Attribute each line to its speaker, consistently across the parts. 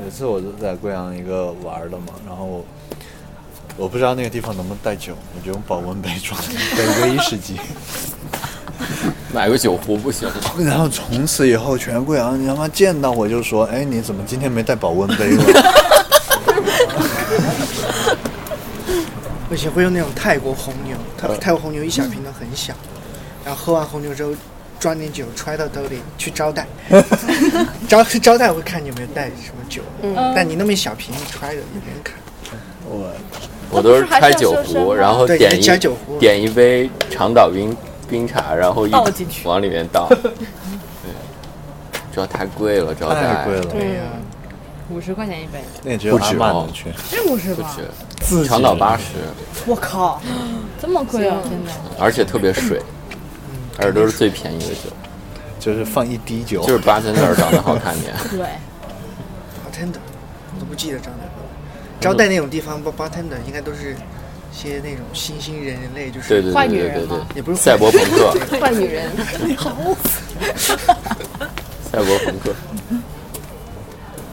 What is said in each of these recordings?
Speaker 1: 有一次我就在贵阳一个玩儿的嘛，然后我不知道那个地方能不能带酒，我就用保温杯装了一个威士忌，
Speaker 2: 买个酒壶不 行吗？
Speaker 1: 然后从此以后全贵阳你他妈见到我就说，哎，你怎么今天没带保温杯了？
Speaker 3: 我以前会用那种泰国红牛，
Speaker 2: 嗯
Speaker 3: 泰泰国红牛一小瓶的很小，然后喝完红牛之后装点酒揣到兜里去 招待，招招待会看你有没有带什么酒，但你那么一小瓶你揣着也没人看，
Speaker 1: 我
Speaker 2: 我都是开酒
Speaker 4: 那不是还是要
Speaker 2: 壶，
Speaker 4: 热身吗
Speaker 2: 然后
Speaker 3: 对
Speaker 2: 点
Speaker 3: 你
Speaker 2: 一
Speaker 3: 加酒壶
Speaker 2: 点一杯长岛冰冰茶，然后一
Speaker 4: 倒进去
Speaker 2: 往里面 倒。对，主要太贵了，招待
Speaker 1: 太贵了，
Speaker 3: 对呀、
Speaker 5: 五十块钱一杯，
Speaker 1: 那也只有
Speaker 2: 不
Speaker 1: 阿
Speaker 2: 止
Speaker 1: 曼
Speaker 2: 哦
Speaker 1: 能去，
Speaker 5: 这五十
Speaker 2: 不
Speaker 5: 吧？
Speaker 2: 止，
Speaker 1: 自己
Speaker 2: 长岛八
Speaker 1: 人
Speaker 2: 十，
Speaker 5: 我靠，
Speaker 4: 这么贵啊！
Speaker 5: 真的，
Speaker 2: 而且特别水，而且都是最便宜的酒，
Speaker 1: 就是放一滴酒，
Speaker 2: 就是八千字长得好看点。
Speaker 5: 对，
Speaker 3: b a r t e n d e r 我都不记得招待过了。
Speaker 2: 嗯
Speaker 3: 招待那种地方 b a r t e n d e r 应该都是些那种新兴人人类，就是
Speaker 2: 对对
Speaker 5: 坏
Speaker 2: 对
Speaker 5: 女
Speaker 2: 对
Speaker 5: 人
Speaker 2: 对
Speaker 5: 吗
Speaker 2: 对，
Speaker 3: 也不是
Speaker 2: 赛博朋克，
Speaker 5: 坏女人，
Speaker 2: 赛博朋克，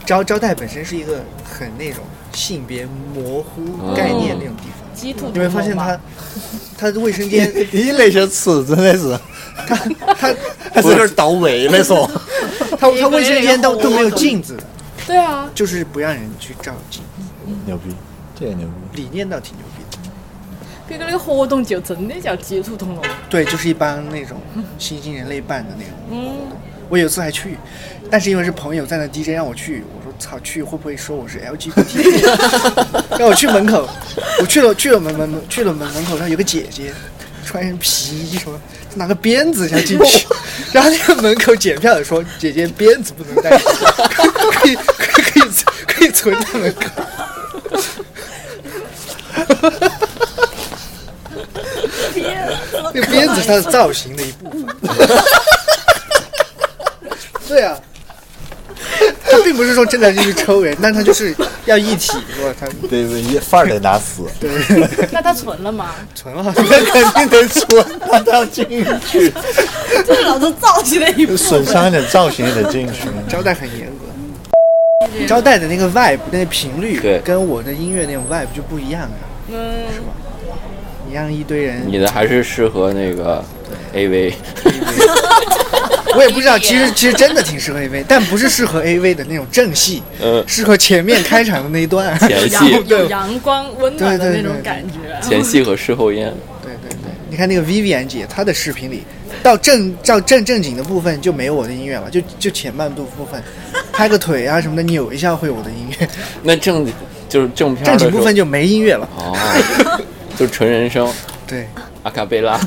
Speaker 3: 招招待本身是一个很那种性别模糊概
Speaker 2: 嗯
Speaker 3: 念那种地方。
Speaker 4: 鸡兔
Speaker 3: 你会发现它，它的卫生
Speaker 1: 你
Speaker 3: 间，
Speaker 1: 你那些词真的是，
Speaker 3: 它
Speaker 1: 还是有点到位那种。
Speaker 3: 它它卫生间都都没有镜子的，
Speaker 4: 对啊，
Speaker 3: 就是不让人去照镜，
Speaker 1: 牛逼，这也牛逼。
Speaker 3: 理念倒挺牛逼的。
Speaker 4: 别个那个活动就真的叫鸡 兔同笼。
Speaker 3: 对，就是一帮那种新兴人类办的那种。
Speaker 4: 嗯，
Speaker 3: 我有次还去，但是因为是朋友在那 DJ 让我去，我说操去会不会说我是 LGBT？让我去门口，我去了去了门门门去了门门口，然后有个姐姐穿着皮衣什么，拿个鞭子想进去，然后那个门口检票的说姐姐鞭子不能带进去，可以可以可以可以存在门口。那个鞭子是它的造型的一部分。对啊，他并不是说真的进去抽人，但他就是要一体，是吧？他
Speaker 1: 对对，一范儿得拿 死，
Speaker 4: 那他存了 吗？
Speaker 3: 存了，
Speaker 1: 那肯定得存，那他要进去，
Speaker 4: 这是老子造起的 一部
Speaker 1: 损伤一点造型也得进去。
Speaker 3: 招待很严格。招待的那个 vibe，那个频率
Speaker 2: 对，
Speaker 3: 跟我的音乐那种 vibe 就不一样啊。
Speaker 4: 嗯，
Speaker 3: 你让一堆人，
Speaker 2: 你的还是适合那个 AV，
Speaker 3: 我也不知道，其实其实真的挺适合 AV，但不是适合 AV 的那种正戏，
Speaker 2: 嗯，
Speaker 3: 适合前面开场的那一段。
Speaker 2: 前
Speaker 4: 阳
Speaker 2: 戏、
Speaker 4: 有阳光温暖的
Speaker 3: 对
Speaker 4: 那
Speaker 3: 对对
Speaker 4: 种
Speaker 3: 对
Speaker 4: 感觉。
Speaker 2: 前戏和事后烟，
Speaker 3: 对对对，你看那个 Vivian 姐，她的视频里，到正到正正经的部分就没有我的音乐了，就就前半部部分，拍个腿啊什么的，扭一下会有我的音乐，
Speaker 2: 那正就是正片
Speaker 3: 正
Speaker 2: 儿
Speaker 3: 经
Speaker 2: 的时
Speaker 3: 部
Speaker 2: 候
Speaker 3: 分，就没音乐了。
Speaker 2: 哦， 就纯人声，
Speaker 3: 对，
Speaker 2: 阿卡贝拉，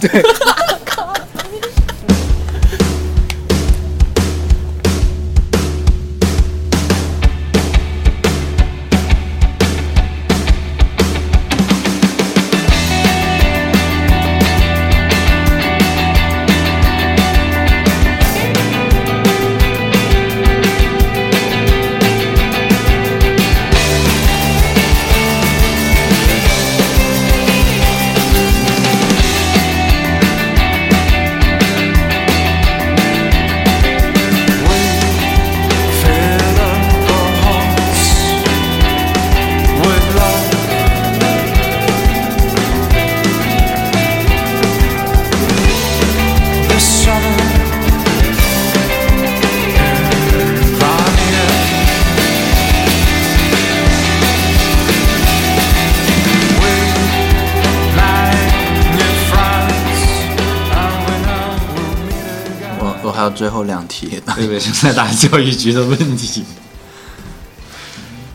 Speaker 6: 我我还有最后两题，
Speaker 7: 这个是在答教育局的问题。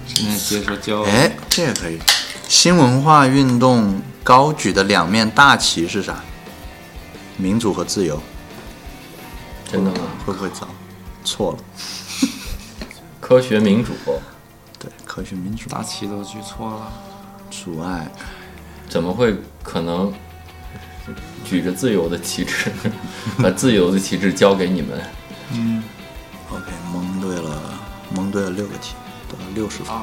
Speaker 7: 现在接受教育，
Speaker 6: 哎，这个可以。新文化运动高举的两面大旗是啥？民主和自由。
Speaker 7: 真的吗？
Speaker 6: 会不会糟？错了，
Speaker 7: 科学民主，
Speaker 6: 对，科学民主
Speaker 7: 大旗都举错了，
Speaker 6: 阻碍。
Speaker 7: 怎么会可能举着自由的旗帜， 把自由的旗帜交给你们？
Speaker 6: OK，蒙对了，蒙对了六个题，得了六十分。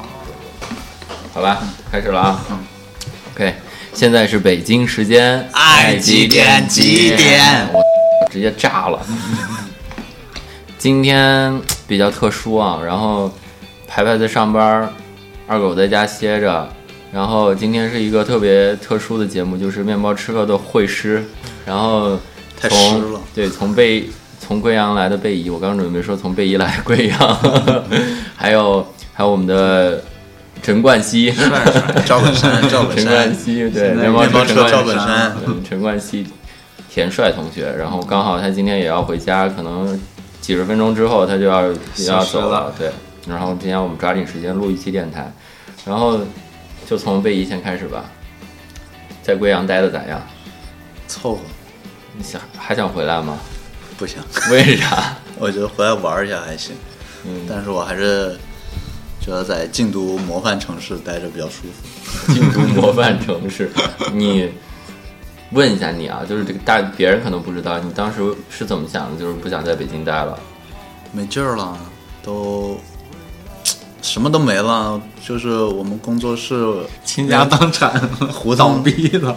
Speaker 7: 好吧，开始了啊。OK，现在是北京时间
Speaker 6: 哎几点几点
Speaker 7: 我直接炸了。今天比较特殊啊，然后排排在上班儿，二狗在家歇着。然后今天是一个特别特殊的节目，就是面包吃客的会师。然后
Speaker 6: 太
Speaker 7: 从
Speaker 6: 湿了
Speaker 7: 对，从贝从贵阳来的贝姨，我刚准备说从贝姨来的贵阳， 还有还有我们的陈冠希，
Speaker 6: 帅帅 赵本 山，赵本
Speaker 7: 陈冠
Speaker 6: 山，
Speaker 7: 希对，
Speaker 6: 面
Speaker 7: 面
Speaker 6: 包
Speaker 7: 包
Speaker 6: 车
Speaker 7: 车
Speaker 6: 赵
Speaker 7: 陈
Speaker 6: 本
Speaker 7: 冠
Speaker 6: 山
Speaker 7: 希，嗯陈冠希，田帅同学，然后刚好他今天也要回家，可能几十分钟之后他就要也要
Speaker 6: 消失
Speaker 7: 走
Speaker 6: 了
Speaker 7: 了，对。然后今天我们抓紧时间录一期电台，然后就从魏一先开始吧，在贵阳待的咋样？
Speaker 6: 凑合
Speaker 7: 你想还想回来吗？
Speaker 6: 不行。
Speaker 7: 为啥？
Speaker 6: 我觉得回来玩一下还行，
Speaker 7: 嗯，
Speaker 6: 但是我还是觉得在禁毒模范城市待着比较舒服。
Speaker 7: 禁毒 模范城市，你问一下你啊，就是这个大别人可能不知道，你当时是怎么想的？就是不想在北京待了。
Speaker 6: 没劲儿了，都什么都没了，就是我们工作室
Speaker 8: 倾家荡产了，
Speaker 6: 胡
Speaker 8: 倒
Speaker 6: 同
Speaker 8: 闭了。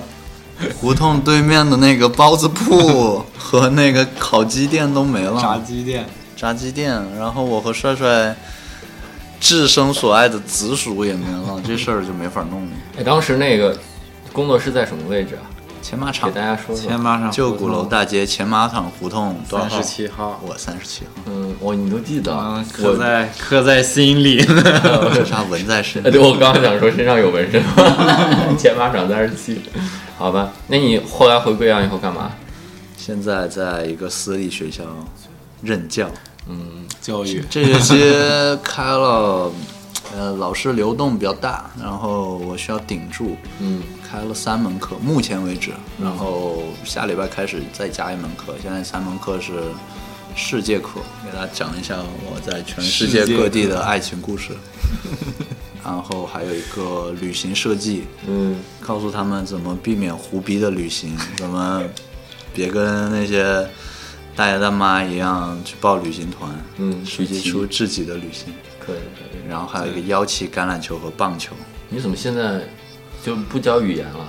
Speaker 6: 胡同对面的那个包子铺和那个烤鸡店都没
Speaker 8: 炸
Speaker 6: 了，
Speaker 8: 鸡店，
Speaker 6: 炸鸡店。然后我和帅帅至生所爱的紫薯也没了，这事儿就没法弄了。
Speaker 7: 哎，当时那个工作室在什么位置啊？
Speaker 6: 前马
Speaker 7: 给
Speaker 6: 场
Speaker 7: 大家说说
Speaker 8: 前。马场
Speaker 6: 旧鼓楼
Speaker 8: 蛋，
Speaker 6: 大街前马场胡同多少
Speaker 8: 三
Speaker 6: 号
Speaker 8: 十？七号，
Speaker 6: 我三十七号，
Speaker 7: 嗯，我你都记得啊
Speaker 8: 嗯，？
Speaker 7: 我
Speaker 8: 刻在刻在心里。
Speaker 6: 这啥文在身
Speaker 7: 哎，？对，我刚刚想说身上有纹身， 前马场三十七，好吧？那你后来回贵阳以后干
Speaker 8: 嗯
Speaker 7: 嘛？
Speaker 6: 现在在一个私立学校任教，
Speaker 8: 教育
Speaker 6: 这学期开了，呃，老师流动比较大，然后我需要顶住，
Speaker 7: 嗯，
Speaker 6: 开了三门课，目前为止，然后下礼拜开始再加一门课，现在三门课是世界课，给大家讲一下我在全世界各地的爱情故事， 然后还有一个旅行设计，
Speaker 7: 嗯，
Speaker 6: 告诉他们怎么避免胡逼的旅行， 怎么别跟那些大爷大妈一样去报旅行团，
Speaker 7: 嗯
Speaker 6: 设计出自己的旅行。
Speaker 7: 可以可以。
Speaker 6: 然后还有一个腰旗橄榄球和棒球，
Speaker 7: 你怎么现在就不教语言了？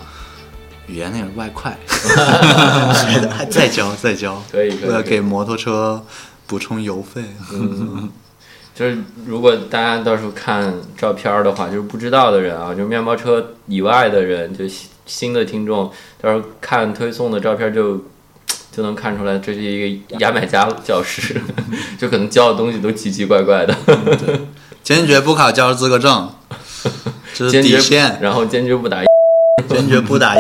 Speaker 6: 语言那个外 快，还再教再教，
Speaker 7: 可以可以
Speaker 6: 为了
Speaker 7: 可以
Speaker 6: 给摩托车补充油费。
Speaker 7: 就是如果大家到时候看照片儿的话，就是不知道的人啊，就是面包车以外的人，就新新的听众，到时候看推送的照片儿就就能看出来，这是一个牙买加教师， 就可能教的东西都奇奇怪怪的，
Speaker 6: 嗯坚决不考教师资格 证，这是
Speaker 7: 坚
Speaker 6: 底
Speaker 7: 决
Speaker 6: 线，
Speaker 7: 然后坚决不打。
Speaker 6: 坚决 不打。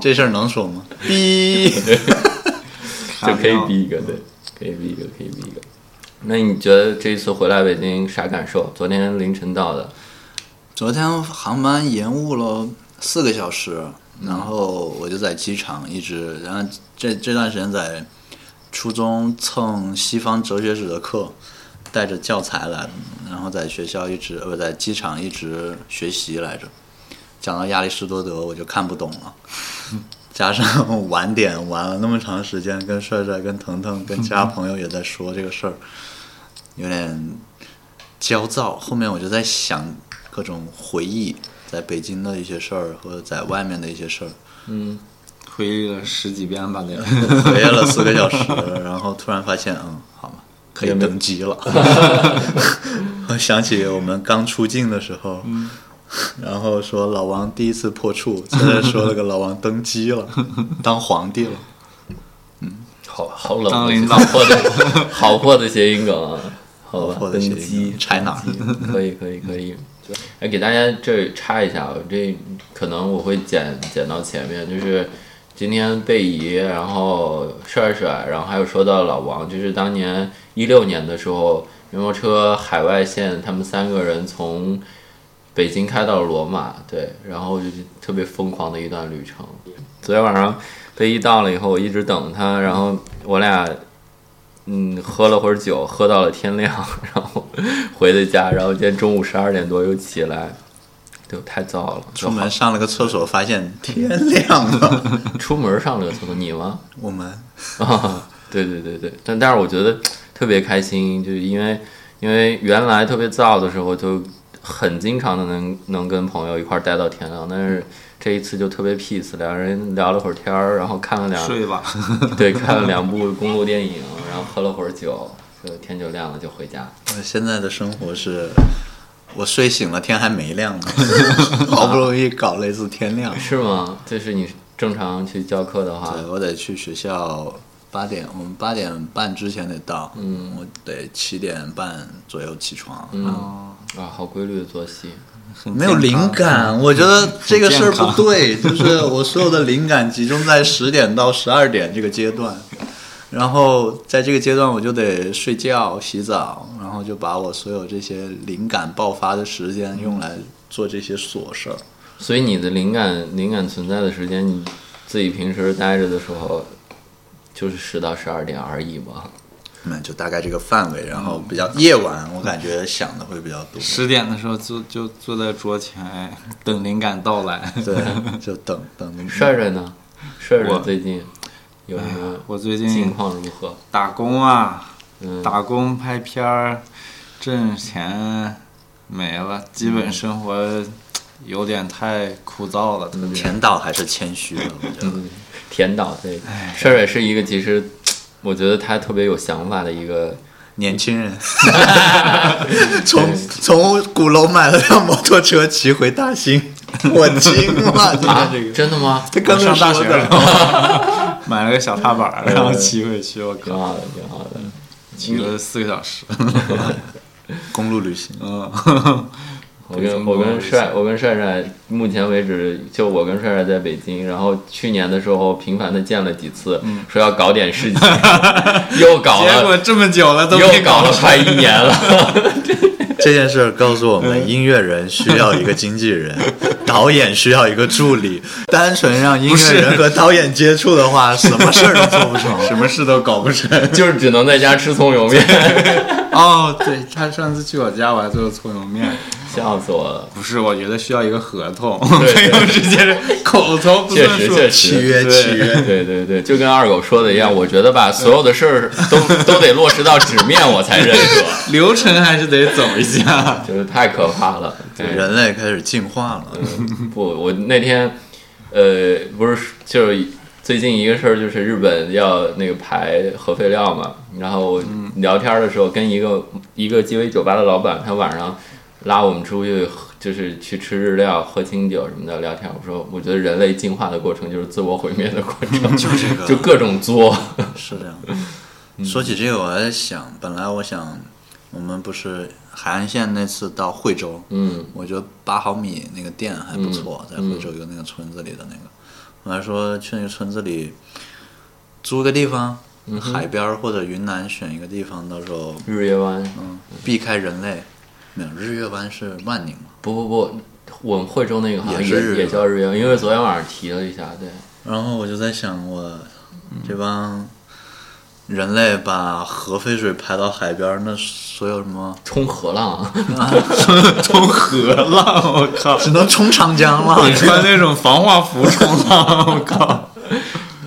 Speaker 6: 这事儿能说吗？逼！
Speaker 7: 就可以逼一个，对，可以逼一个，可以逼一个。那你觉得这一次回来北京啥感受？昨天凌晨到的，
Speaker 6: 昨天航班延误了四个小时，然后我就在机场一直，然后这这段时间在初中蹭西方哲学史的课，带着教材来的，然后在学校一直呃不在机场一直学习来着。讲到亚里士多德，我就看不懂了。加上晚点玩了那么长时间，跟帅帅、跟腾腾、跟其他朋友也在说这个事儿，有点焦躁。后面我就在想各种回忆，在北京的一些事儿和在外面的一些事儿，
Speaker 8: 回忆了十几遍吧，得。
Speaker 6: 回忆了四个小时，然后突然发现，嗯，好吧，可以登机 了。我想起我们刚出境的时候，
Speaker 7: 嗯
Speaker 6: 然后说老王第一次破处，现在说了个老王登基了，当 皇帝了。
Speaker 7: 好好冷啊
Speaker 8: 当
Speaker 7: 的
Speaker 8: 领导
Speaker 7: 好破的， 好破的谐音梗啊！好吧，
Speaker 6: 破的
Speaker 7: 登
Speaker 6: 谐音梗
Speaker 7: 机
Speaker 6: 拆哪儿
Speaker 7: 登机可以，可以，可以。哎，给大家这插一下啊，这可能我会剪剪到前面，就是今天贝姨，然后帅帅，然后还有说到老王，就是当年一六年的时候，面包车海外线，他们三个人从北京开到罗马，对，然后就是特别疯狂的一段旅程。昨天晚上贝一到了以后，我一直等他，然后我俩嗯喝了会儿酒，喝到了天亮， 然后回的家，然后今天中午十二点多又起来，就太早了，
Speaker 6: 出门上了个厕所，发现天亮 了。
Speaker 7: 出门上了个厕所，你吗？
Speaker 6: 我们
Speaker 7: 啊， 对对对对，但但是我觉得特别开心，就是因为因为原来特别燥的时候就很经常的能能跟朋友一块儿待到天亮，但是这一次就特别 peace，两人聊了会儿天儿，然后看了两
Speaker 8: 睡吧，
Speaker 7: 对看了两部公路电影，然后喝了会儿酒，就天就亮了就回家。
Speaker 6: 我现在的生活是我睡醒了，天还没亮呢， 好不容易搞了一次天亮。
Speaker 7: 是吗？就是你正常去教课的话
Speaker 6: 对，，我得去学校八点，我们八点半之前得到，嗯，我得七点半左右起床，
Speaker 7: 嗯啊，好规律的作息，
Speaker 6: 没有灵感，我觉得这个事儿不对，就是我所有的灵感集中在十点到十二点这个阶段，然后在这个阶段我就得睡觉、洗澡，然后就把我所有这些灵感爆发的时间用来做这些琐事儿。
Speaker 7: 所以你的灵感灵感存在的时间，你自己平时待着的时候，就是十到十二点而已吧。
Speaker 6: 那嗯就大概这个范围，然后比较夜晚，我感觉想的会比较多。
Speaker 8: 十点的时候坐就坐在桌前，哎等灵感到来。
Speaker 6: 对，就等等 灵
Speaker 7: 帅帅呢？帅帅
Speaker 8: 我
Speaker 7: 最近有什么
Speaker 8: 我最
Speaker 7: 近
Speaker 8: 嗯近
Speaker 7: 况如何？
Speaker 8: 打工啊，
Speaker 7: 嗯，
Speaker 8: 打工拍片儿，挣钱没了，基本生活有点太枯燥了，特别
Speaker 6: 前导还是谦虚了，我觉
Speaker 7: 嗯
Speaker 6: 得。
Speaker 7: 田导对，帅帅是一个其实我觉得他特别有想法的一个，
Speaker 6: 年轻人， 从从鼓楼买了辆摩托车，骑回大 兴，我惊了，今天这个，
Speaker 7: 真的吗？
Speaker 6: 他刚才
Speaker 8: 上大
Speaker 6: 说
Speaker 8: 学
Speaker 6: 的
Speaker 8: 了，买了个小踏板儿，然后骑回去，我
Speaker 7: 挺
Speaker 8: 靠，
Speaker 7: 好的，挺好的。
Speaker 8: 骑了四个小时。
Speaker 6: 公路旅行，
Speaker 8: 嗯，
Speaker 7: 我跟我跟帅，我跟帅帅，目前为止就我跟帅帅在北京，然后去年的时候频繁的见了几次，说要搞点 事情，又 搞
Speaker 8: 结果
Speaker 7: 了，
Speaker 8: 这么久了都没
Speaker 7: 又搞了
Speaker 8: 出
Speaker 7: 快一年了。
Speaker 6: 这件事儿告诉我们，音乐人需要一个经纪 人，导演需要一个助理。单纯让音乐人和导演接触的话，什么事儿都做不成。
Speaker 8: 什么事都搞不成。
Speaker 7: 就是只能在家吃葱油面，
Speaker 8: 哦，对他上次去我家，我还做了葱油面。
Speaker 7: 笑死我了。
Speaker 8: 不是，我觉得需要一个合同，
Speaker 7: 对
Speaker 8: 没有直接是口头不
Speaker 7: 确
Speaker 8: 算
Speaker 7: 实，
Speaker 8: 数。
Speaker 7: 确
Speaker 6: 契
Speaker 7: 实，
Speaker 6: 约，
Speaker 8: 对
Speaker 6: 契约，
Speaker 7: 对对对，就跟二狗说的一样，我觉得吧，所有的事儿都都得落实到纸面，我才认可，
Speaker 8: 流程还是得走一下。
Speaker 7: 就是太可怕了。对，
Speaker 6: 人类开始进化了。
Speaker 7: 不，我那天，呃，不是，就是最近一个事儿，就是日本要那个排核废料嘛。然后我
Speaker 6: 嗯
Speaker 7: 聊天的时候，跟一个一个鸡尾酒吧的老板，他晚上拉我们出去喝，就是去吃日料、喝清酒什么的聊天。我说，我觉得人类进化的过程就是自我毁灭的过 程，就
Speaker 6: 这个
Speaker 7: 各种作。
Speaker 6: 是这样。说起这个，我还在想，本来我想，我们不是海岸线那次到惠州，
Speaker 7: 嗯，
Speaker 6: 我觉得八毫米那个店还不错，在惠州有那个村子里的那个，我还说去那个村子里租个地方，海边儿或者云南选一个地方，到时候
Speaker 7: 日月湾，
Speaker 6: 嗯避开人类。没有，日月湾是万宁嘛？
Speaker 7: 不不不，我们惠州那个好像
Speaker 6: 也是日
Speaker 7: 也
Speaker 6: 月
Speaker 7: 也
Speaker 6: 湾
Speaker 7: 叫日月湾，因为昨天晚上提了一下，对。
Speaker 6: 然后我就在想，我这帮人类把核废水排到海边儿，那所有什么
Speaker 7: 冲河浪，啊
Speaker 8: 冲河浪，我靠！
Speaker 6: 只能冲长江了。
Speaker 8: 你穿那种防化服冲浪，我靠！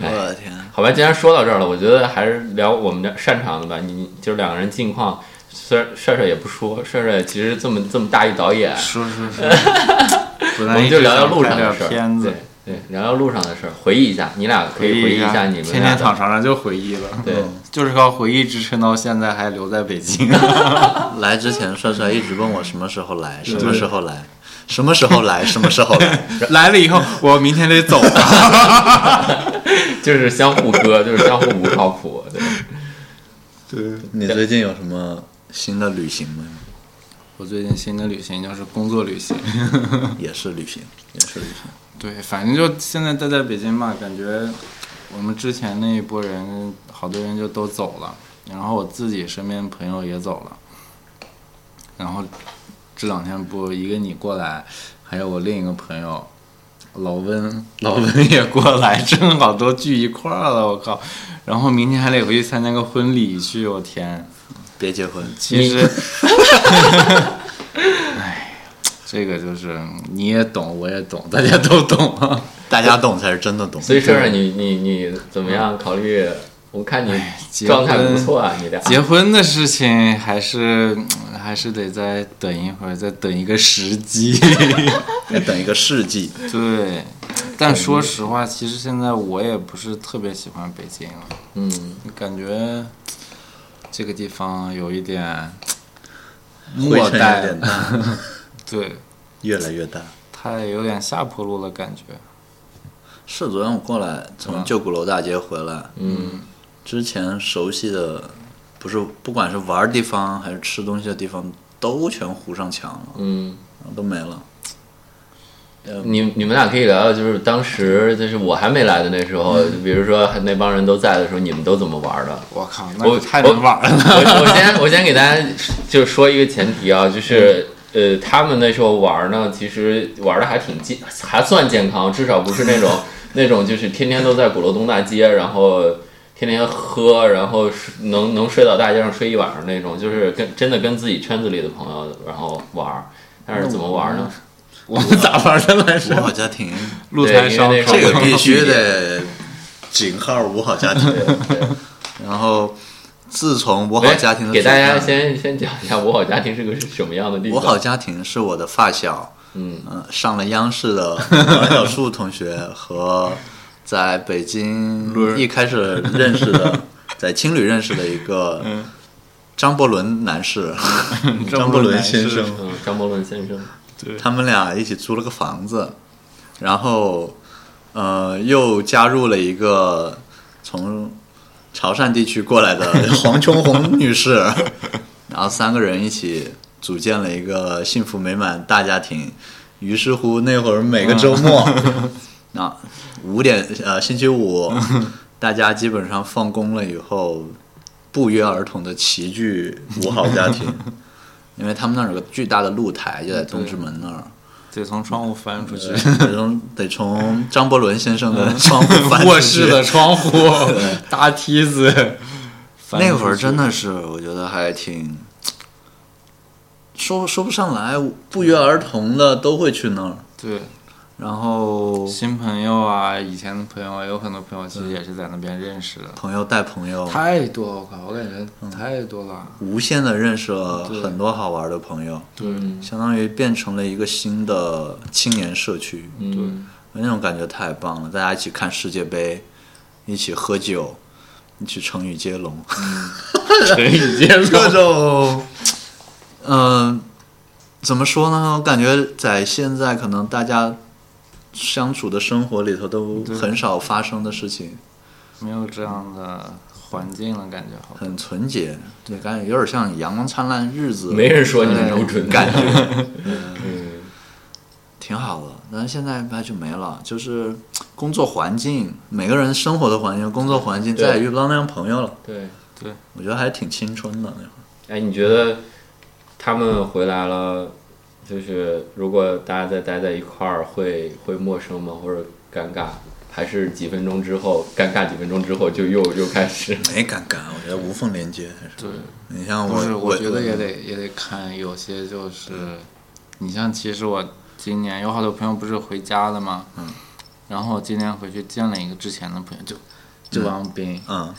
Speaker 6: 我的天，
Speaker 7: 好吧，既然说到这儿了，我觉得还是聊我们的擅长的吧。你就是两个人近况，虽然帅帅也不说，帅帅其实这么这么大一导演，
Speaker 8: 说说说，
Speaker 7: 我
Speaker 8: 我
Speaker 7: 们就聊聊路上的
Speaker 8: 点
Speaker 7: 事儿。
Speaker 8: 片子
Speaker 7: 对，对，聊聊路上的事儿，回忆一下，你俩可以回忆一下你们
Speaker 8: 天
Speaker 7: 俩
Speaker 8: 天
Speaker 7: 的
Speaker 8: 躺床上就回忆了。
Speaker 7: 对，
Speaker 8: 就是靠回忆支撑到现在，还留在北京。
Speaker 6: 来之前帅帅一直问我什么时候来，什么时候来，什么时候来，什么时候来。
Speaker 8: 来了以后，我明天得走了。
Speaker 7: 就是相互割，就是相互不靠谱。对，
Speaker 6: 你最近有什么新的旅行吗？
Speaker 8: 我最近新的旅行就是工作旅行，
Speaker 6: 也是旅行，也是旅行。
Speaker 8: 对，反正就现在待在北京嘛，感觉我们之前那一波人，好多人就都走了，然后我自己身边朋友也走了，然后这两天不一个你过来，还有我另一个朋友老温， 老温也过来，正好都聚一块儿了，我靠！然后明天还得回去参加个婚礼去，我天！
Speaker 6: 别结婚，
Speaker 8: 其 实，哎，这个就是你也懂，我也懂，大家都懂啊。
Speaker 6: 大家懂才是真的懂。
Speaker 7: 所以帅帅，你你你怎么样考虑？我看你
Speaker 8: 哎结
Speaker 7: 状态不
Speaker 8: 婚
Speaker 7: 错啊，你俩
Speaker 8: 结婚的事情还是嗯还是得再等一会儿，再等一个时机。
Speaker 6: 要等一个世纪。
Speaker 8: 对，但说实话，其实现在我也不是特别喜欢北京了，
Speaker 7: 嗯，
Speaker 8: 感觉这个地方有一点
Speaker 6: 灰
Speaker 8: 末
Speaker 6: 尘有
Speaker 8: 代
Speaker 6: 点大，
Speaker 8: 对，
Speaker 6: 越来越大。
Speaker 8: 太有点下坡路了感觉。
Speaker 6: 是昨天我过来，从旧鼓楼大街回来，嗯，之前熟悉的，不是不管是玩儿地方还是吃东西的地方，都全糊上墙了，
Speaker 7: 嗯，
Speaker 6: 都没了。
Speaker 7: 你你们俩可以聊聊，就是当时就是我还没来的那时候，
Speaker 8: 嗯
Speaker 7: 就比如说那帮人都在的时候，你们都怎么玩的？
Speaker 8: 我靠，那
Speaker 7: 我
Speaker 8: 可太能 玩了。
Speaker 7: 我我先我先给大家就说一个前提啊，就是呃，他们那时候玩呢，其实玩的还挺健，还算健康，至少不是那种那种就是天天都在鼓楼东大街，然后天天喝，然后睡能能睡到大街上睡一晚上那种，就是跟真的跟自己圈子里的朋友然后玩，但是怎么玩呢？
Speaker 8: 我们咋玩的来
Speaker 6: 五
Speaker 8: 着？
Speaker 6: 好家庭，
Speaker 8: 路台烧
Speaker 7: 对因为那
Speaker 8: 烤，
Speaker 7: 是
Speaker 6: 这个必须得井号五好家庭。然后，自从五好家庭的
Speaker 7: 哎给大家
Speaker 6: 出现
Speaker 7: 先先讲一下我好家庭是个什么样的地方。
Speaker 6: 我好家庭是我的发小，
Speaker 7: 嗯
Speaker 6: 呃上了央视的王小树同学和在北京一开始认识 的，在青旅认识的一个
Speaker 7: 嗯
Speaker 6: 张伯伦男士，张伯伦先生，
Speaker 7: 嗯，张伯伦先生，
Speaker 6: 他们俩一起租了个房子，然后呃又加入了一个从潮汕地区过来的黄琼红女士，然后三个人一起组建了一个幸福美满大家庭。于是乎，那会儿每个周末，啊五点呃星期五，大家基本上放工了以后，不约而同的齐聚五好家庭，因为他们那儿有个巨大的露台，就在东直门那儿。
Speaker 8: 得从窗户翻出去。
Speaker 6: 呃得从得从张伯伦先生的窗户 翻
Speaker 8: 嗯卧
Speaker 6: 出
Speaker 8: 室
Speaker 6: 去
Speaker 8: 的窗 户， 搭梯子。翻
Speaker 6: 那
Speaker 8: 出
Speaker 6: 会儿
Speaker 8: 去
Speaker 6: 真的是，我觉得还挺说说不上来，不约而同的都会去那儿。
Speaker 8: 对
Speaker 6: 然后
Speaker 8: 新朋友啊，以前的朋友啊，有很多朋友其实也是在那边认识的，
Speaker 6: 朋友带朋友，
Speaker 8: 太多了，我靠，我感觉太多了。
Speaker 6: 无限的认识了
Speaker 8: 对
Speaker 6: 很多好玩的朋友，
Speaker 7: 嗯
Speaker 6: 相当于变成了一个新的青年社区。
Speaker 7: 嗯，
Speaker 6: 那种感觉太棒了，大家一起看世界杯，一起喝酒，一起成语接龙。
Speaker 8: 成 语接
Speaker 6: 各种，嗯、怎么说呢？我感觉在现在可能大家相处的生活里头都
Speaker 8: 对
Speaker 6: 很少发生的事情，
Speaker 8: 没有这样的环境了，感觉好。
Speaker 6: 很纯洁，对，感觉有点像阳光灿烂日子，
Speaker 7: 没人说你很柔准，
Speaker 6: 哎感觉
Speaker 7: 嗯
Speaker 6: 挺好的。但是现在它就没了，就是工作环境，每个人生活的环境、工作环境，
Speaker 7: 对
Speaker 6: 再也遇不到那样朋友了。
Speaker 7: 对。
Speaker 6: 我觉得还挺青春的那会儿，
Speaker 7: 哎，你觉得他们回来了，就是如果大家再待在一块儿，会会陌生吗？或者尴尬？还是几分钟之后，尴尬几分钟之后就又又开始？
Speaker 6: 没敢干，我觉得无缝连接。还是
Speaker 8: 对，
Speaker 6: 你像
Speaker 8: 不
Speaker 6: 我，
Speaker 8: 是，
Speaker 6: 我
Speaker 8: 我觉得也得也得看，有些就是，你像其实我今年有好多朋友不是回家了吗？嗯，然后我今年回去见了一个之前的朋友，就就王斌，
Speaker 6: 嗯，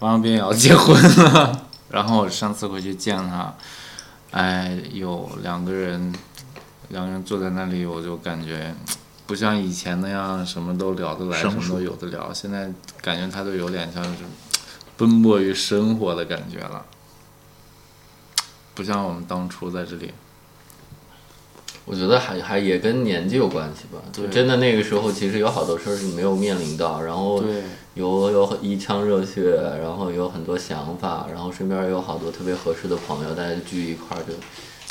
Speaker 8: 王斌也要结婚了。然后我上次回去见他，哎，有两个人，两个人坐在那里，我就感觉不像以前那样什么都聊得来，什
Speaker 6: 生疏
Speaker 8: 么都有得聊。现在感觉他都有点像是奔波于生活的感觉了，不像我们当初在这里。
Speaker 7: 我觉得还还也跟年纪有关系吧。就
Speaker 8: 对
Speaker 7: 真的那个时候，其实有好多事儿是没有面临到，然后
Speaker 8: 对
Speaker 7: 有有一腔热血，然后有很多想法，然后身边有好多特别合适的朋友，大家聚一块儿就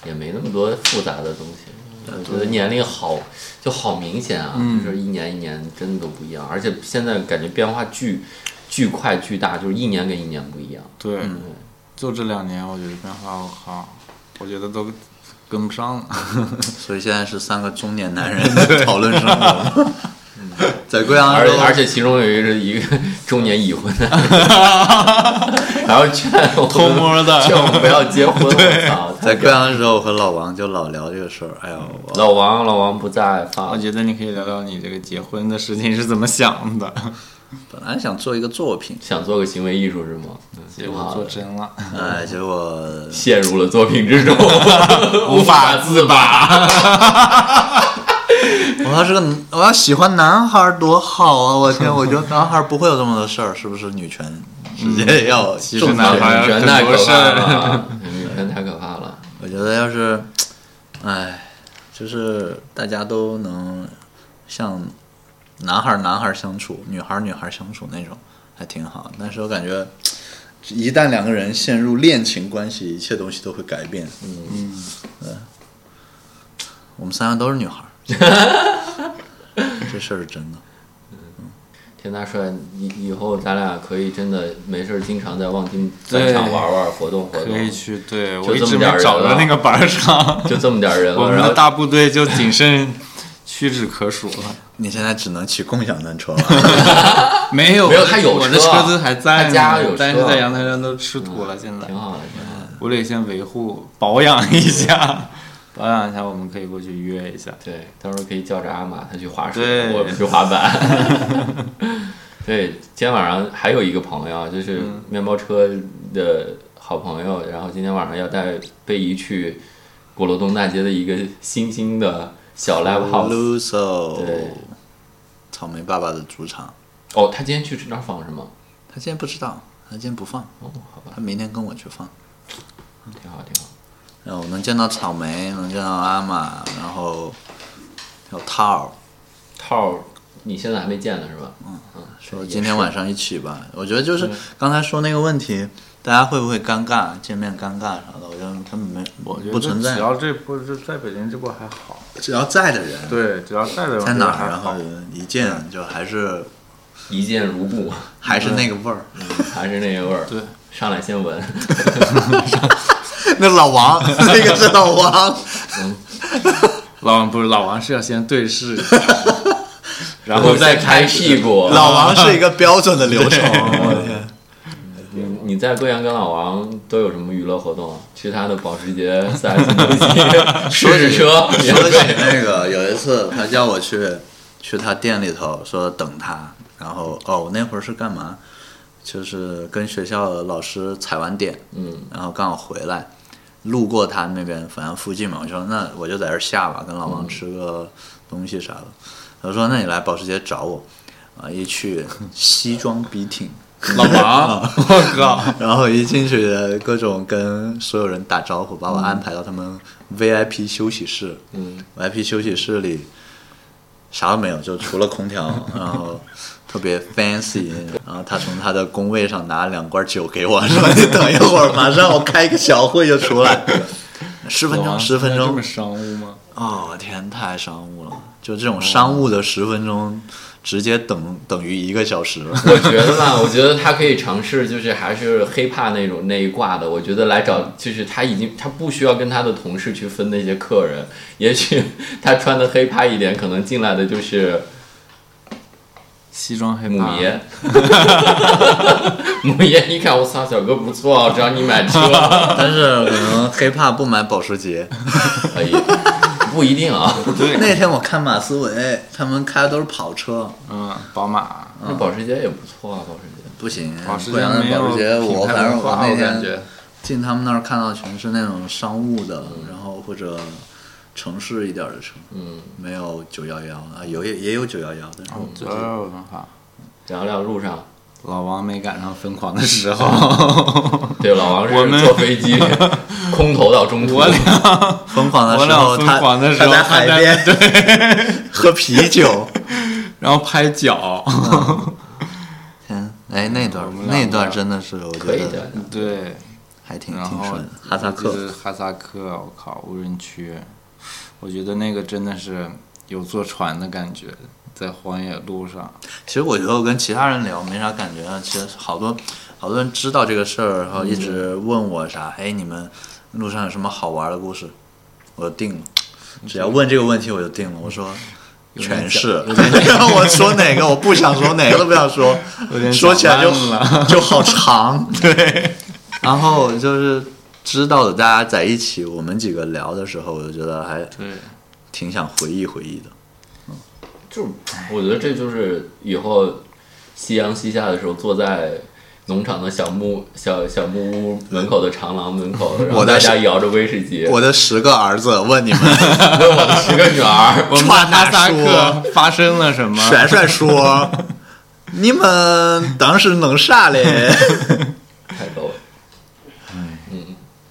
Speaker 7: 也没那么多复杂的东西。
Speaker 8: 啊
Speaker 7: 我觉得年龄好就好明显啊，
Speaker 8: 嗯
Speaker 7: 就是一年一年真的都不一样，而且现在感觉变化巨巨快巨大，就是一年跟一年不一样。
Speaker 8: 对，就这两年，我觉得变化，我靠，我觉得都跟不上了。
Speaker 6: 所以现在是三个中年男人讨论生活，嗯在贵
Speaker 8: 啊
Speaker 6: 阳
Speaker 7: 而
Speaker 6: 州，
Speaker 7: 而且其中有一个一个 中年已婚 的，然后劝我偷摸的 劝我不要结婚， 我操！太
Speaker 6: 在贵阳的时候，我和老王就老聊这个事儿。哎呦，我
Speaker 7: 老王老王不在，发
Speaker 8: 我觉得你可以聊聊你这个结婚的事情是怎么想的，
Speaker 6: 本来想做一个作品，
Speaker 7: 想做个行为艺术是吗？嗯
Speaker 8: 结果做真了，
Speaker 6: 哎，结果
Speaker 7: 陷入了作品之中，
Speaker 8: 无法 自拔。
Speaker 6: 我要是个我要喜欢男孩儿多好啊！我天，我觉得男孩儿不会有这么多事儿，是不是？女权直
Speaker 7: 嗯
Speaker 6: 接要
Speaker 8: 其实
Speaker 6: 重
Speaker 8: 男孩
Speaker 7: 女权
Speaker 8: 儿很
Speaker 7: 太
Speaker 8: 多
Speaker 7: 可
Speaker 8: 事
Speaker 7: 怕
Speaker 8: 儿，
Speaker 7: 了，女权太可怕了。
Speaker 6: 我觉得要是，哎，就是大家都能像男孩儿男孩儿相处，女孩儿女孩儿相处那种，还挺好。但是我感觉，一旦两个人陷入恋情关系，一切东西都会改变。嗯，对，我们三个都是女孩儿，这事儿是真的。
Speaker 7: 田大帅，以以后咱俩可以真的没事儿，经常在望京散场玩玩，活动活
Speaker 8: 可以
Speaker 7: 动，
Speaker 8: 去，对
Speaker 7: 就
Speaker 8: 我一
Speaker 7: 这么
Speaker 8: 直没
Speaker 7: 点儿人
Speaker 8: 找
Speaker 7: 了
Speaker 8: 到那个板儿上，
Speaker 7: 就这么点儿人
Speaker 8: 我
Speaker 7: 了，
Speaker 8: 们
Speaker 7: 然
Speaker 8: 的
Speaker 7: 后
Speaker 8: 大部队就仅剩屈指可数了。
Speaker 6: 你现在只能骑共享单车了，
Speaker 8: 没有
Speaker 7: 没有他有
Speaker 8: 我的
Speaker 7: 车
Speaker 8: 车子还在
Speaker 7: 他
Speaker 8: 呢，
Speaker 7: 家有车
Speaker 8: 但是在阳台上都吃土了。现在
Speaker 7: 挺好的，挺好的。
Speaker 8: 我得先维护保养一下，保养一下，我们可以过去约一下。
Speaker 7: 对，到时候可以叫着阿玛他去滑水，
Speaker 8: 对
Speaker 7: 我们去滑板。 对，今天晚上还有一个朋友，啊就是面包车的好朋友，然后今天晚上要带贝姨去鼓楼东大街的一个新兴的小 live house。
Speaker 6: Luso，
Speaker 7: 对
Speaker 6: 草莓爸爸的主场。
Speaker 7: 哦，他今天去那儿放是吗？
Speaker 6: 他今天不知道，他今天不放，
Speaker 7: 哦，好吧，
Speaker 6: 他明天跟我去放。
Speaker 7: 挺好，挺好。
Speaker 6: 然后哎我能见到草莓，能见到阿玛，然后还有套儿，
Speaker 7: 套儿你现在还没见呢是吧？嗯
Speaker 6: 说
Speaker 7: 也
Speaker 6: 今天
Speaker 7: 是
Speaker 6: 晚上一起吧。我觉得就是刚才说那个问题，大家会不会尴尬，见面尴尬啥的，我觉得根本没，
Speaker 8: 我觉得
Speaker 6: 不存在
Speaker 8: 只。要这波就在北京这波还好，
Speaker 6: 只要在的人，
Speaker 8: 对，只要在的
Speaker 6: 在哪儿，
Speaker 8: 还
Speaker 6: 然后
Speaker 8: 好。
Speaker 6: 一见就还是
Speaker 7: 一见如故，
Speaker 6: 还是那个味儿。
Speaker 7: 还是那个味儿。
Speaker 8: 对，
Speaker 7: 上来先闻。
Speaker 6: 那老王， 那个是老
Speaker 8: 啊
Speaker 6: 王，
Speaker 8: 老王不是老王是要先对视，
Speaker 7: 然
Speaker 8: 后再
Speaker 7: 拍
Speaker 8: 开
Speaker 7: 屁股。
Speaker 6: 老王是一个标准的流程。我的天，
Speaker 7: 你嗯你在贵阳跟老王都有什么娱乐活动？去他的保时捷 4S 中心试试车，
Speaker 6: 说起那个，有一次他叫我去去他店里头，说等他，然后哦，我那会儿是干嘛？就是跟学校的老师踩完点，
Speaker 7: 嗯，
Speaker 6: 然后刚好回来，路过他那边，反正附近嘛，我说那我就在这儿下吧，跟老王吃个东西啥的。他说那你来保时捷找我，啊，一去西装笔挺，
Speaker 8: 老王，我靠，
Speaker 6: 然后一进去各种跟所有人打招呼，把我安排到他们 VIP 休息室，
Speaker 7: 嗯
Speaker 6: ，VIP 休息室里啥都没有，就除了 空调，然后特别 fancy，然后他从他的工位上拿两罐酒给我，说你等一会儿，马上我开一个小会就 出来，十分
Speaker 8: 老
Speaker 6: 钟，
Speaker 8: 王
Speaker 6: 十分
Speaker 8: 现在这
Speaker 6: 钟
Speaker 8: 么，商务吗？
Speaker 6: 哦天，太商务了，就这种商务的十分钟，直接等等于一个小时了。
Speaker 7: 我觉得吧，我觉得他可以尝试，就是还是黑怕那种那一挂的。我觉得来找，就是他已经他不需要跟他的同事去分那些客人，也许 他穿的黑怕一点，可能进来的就是
Speaker 8: 西装黑
Speaker 7: 母
Speaker 8: 怕
Speaker 7: 爷。 母爷，一看我操，小哥不错啊，我找你买车。
Speaker 6: 但是可能黑怕不买保时捷。
Speaker 7: 哎呀，不一定啊。
Speaker 6: 那天我看马思唯，他们开的都是跑车，
Speaker 8: 嗯，宝马，
Speaker 7: 那保时捷也不错啊，保时捷。
Speaker 6: 不行。
Speaker 8: 保哦时
Speaker 6: 贵
Speaker 8: 捷
Speaker 6: 阳的
Speaker 8: 没
Speaker 6: 保
Speaker 8: 有
Speaker 6: 时捷，我
Speaker 8: 品牌
Speaker 6: 反正
Speaker 8: 文化
Speaker 6: 那
Speaker 8: 我感
Speaker 6: 天
Speaker 8: 觉
Speaker 6: 进他们那儿看到全是那种商务的，
Speaker 8: 嗯
Speaker 6: 然后或者城市一点儿的车，
Speaker 7: 嗯，
Speaker 6: 没有九幺幺啊，有也也有九幺幺，但是
Speaker 8: 九二文化。
Speaker 7: 聊聊路上，
Speaker 8: 老王没赶上疯狂的时候，
Speaker 7: 对老王
Speaker 8: 我
Speaker 7: 是
Speaker 8: 们
Speaker 7: 坐飞 机空投到中途
Speaker 8: 我，俩
Speaker 6: 疯狂的
Speaker 8: 我
Speaker 6: 时
Speaker 8: 俩
Speaker 6: 候，
Speaker 8: 疯
Speaker 6: 他
Speaker 8: 狂的时候
Speaker 6: 他在海
Speaker 8: 他在
Speaker 6: 边 喝啤 酒。
Speaker 8: 然后拍脚，
Speaker 6: 天，哎，那段
Speaker 8: 我们俩
Speaker 6: 那段真的是我
Speaker 7: 可
Speaker 6: 觉
Speaker 7: 以聊
Speaker 6: 得
Speaker 7: 聊。
Speaker 8: 对，
Speaker 6: 还嗯挺
Speaker 8: 然
Speaker 6: 挺
Speaker 8: 后
Speaker 6: 顺的。哈萨
Speaker 8: 就
Speaker 6: 克
Speaker 8: 是哈萨克，我靠，无人区，我觉得那个真的是有坐船的感觉，在荒野路上，
Speaker 6: 其实我觉得我跟其他人聊没啥感觉，其实好多好多人知道这个事儿，然后一直问我啥，哎，你们路上有什么好玩的故事？我就定了，只要问这个问题我就定了。我说全 是，我说哪个我不想说哪个都不想 说，说起来就
Speaker 8: 讲烂了
Speaker 6: 就好 长，对。然后就是知道的，大家在一起，我们几个聊的时候，我就觉得还
Speaker 8: 对，
Speaker 6: 挺想回忆回忆的。
Speaker 7: 就是我觉得这就是以后夕阳西下的时候，坐在农场的小木小小木屋门口的长廊门 口，然后
Speaker 6: 我在
Speaker 7: 大家摇着威士忌，
Speaker 6: 我的十个儿子问你们。
Speaker 7: 问我的十个女 儿，
Speaker 8: 我们啊在哈萨克发生了什么？
Speaker 6: 帅帅说：“你们当时弄啥嘞
Speaker 7: 太逗了。？”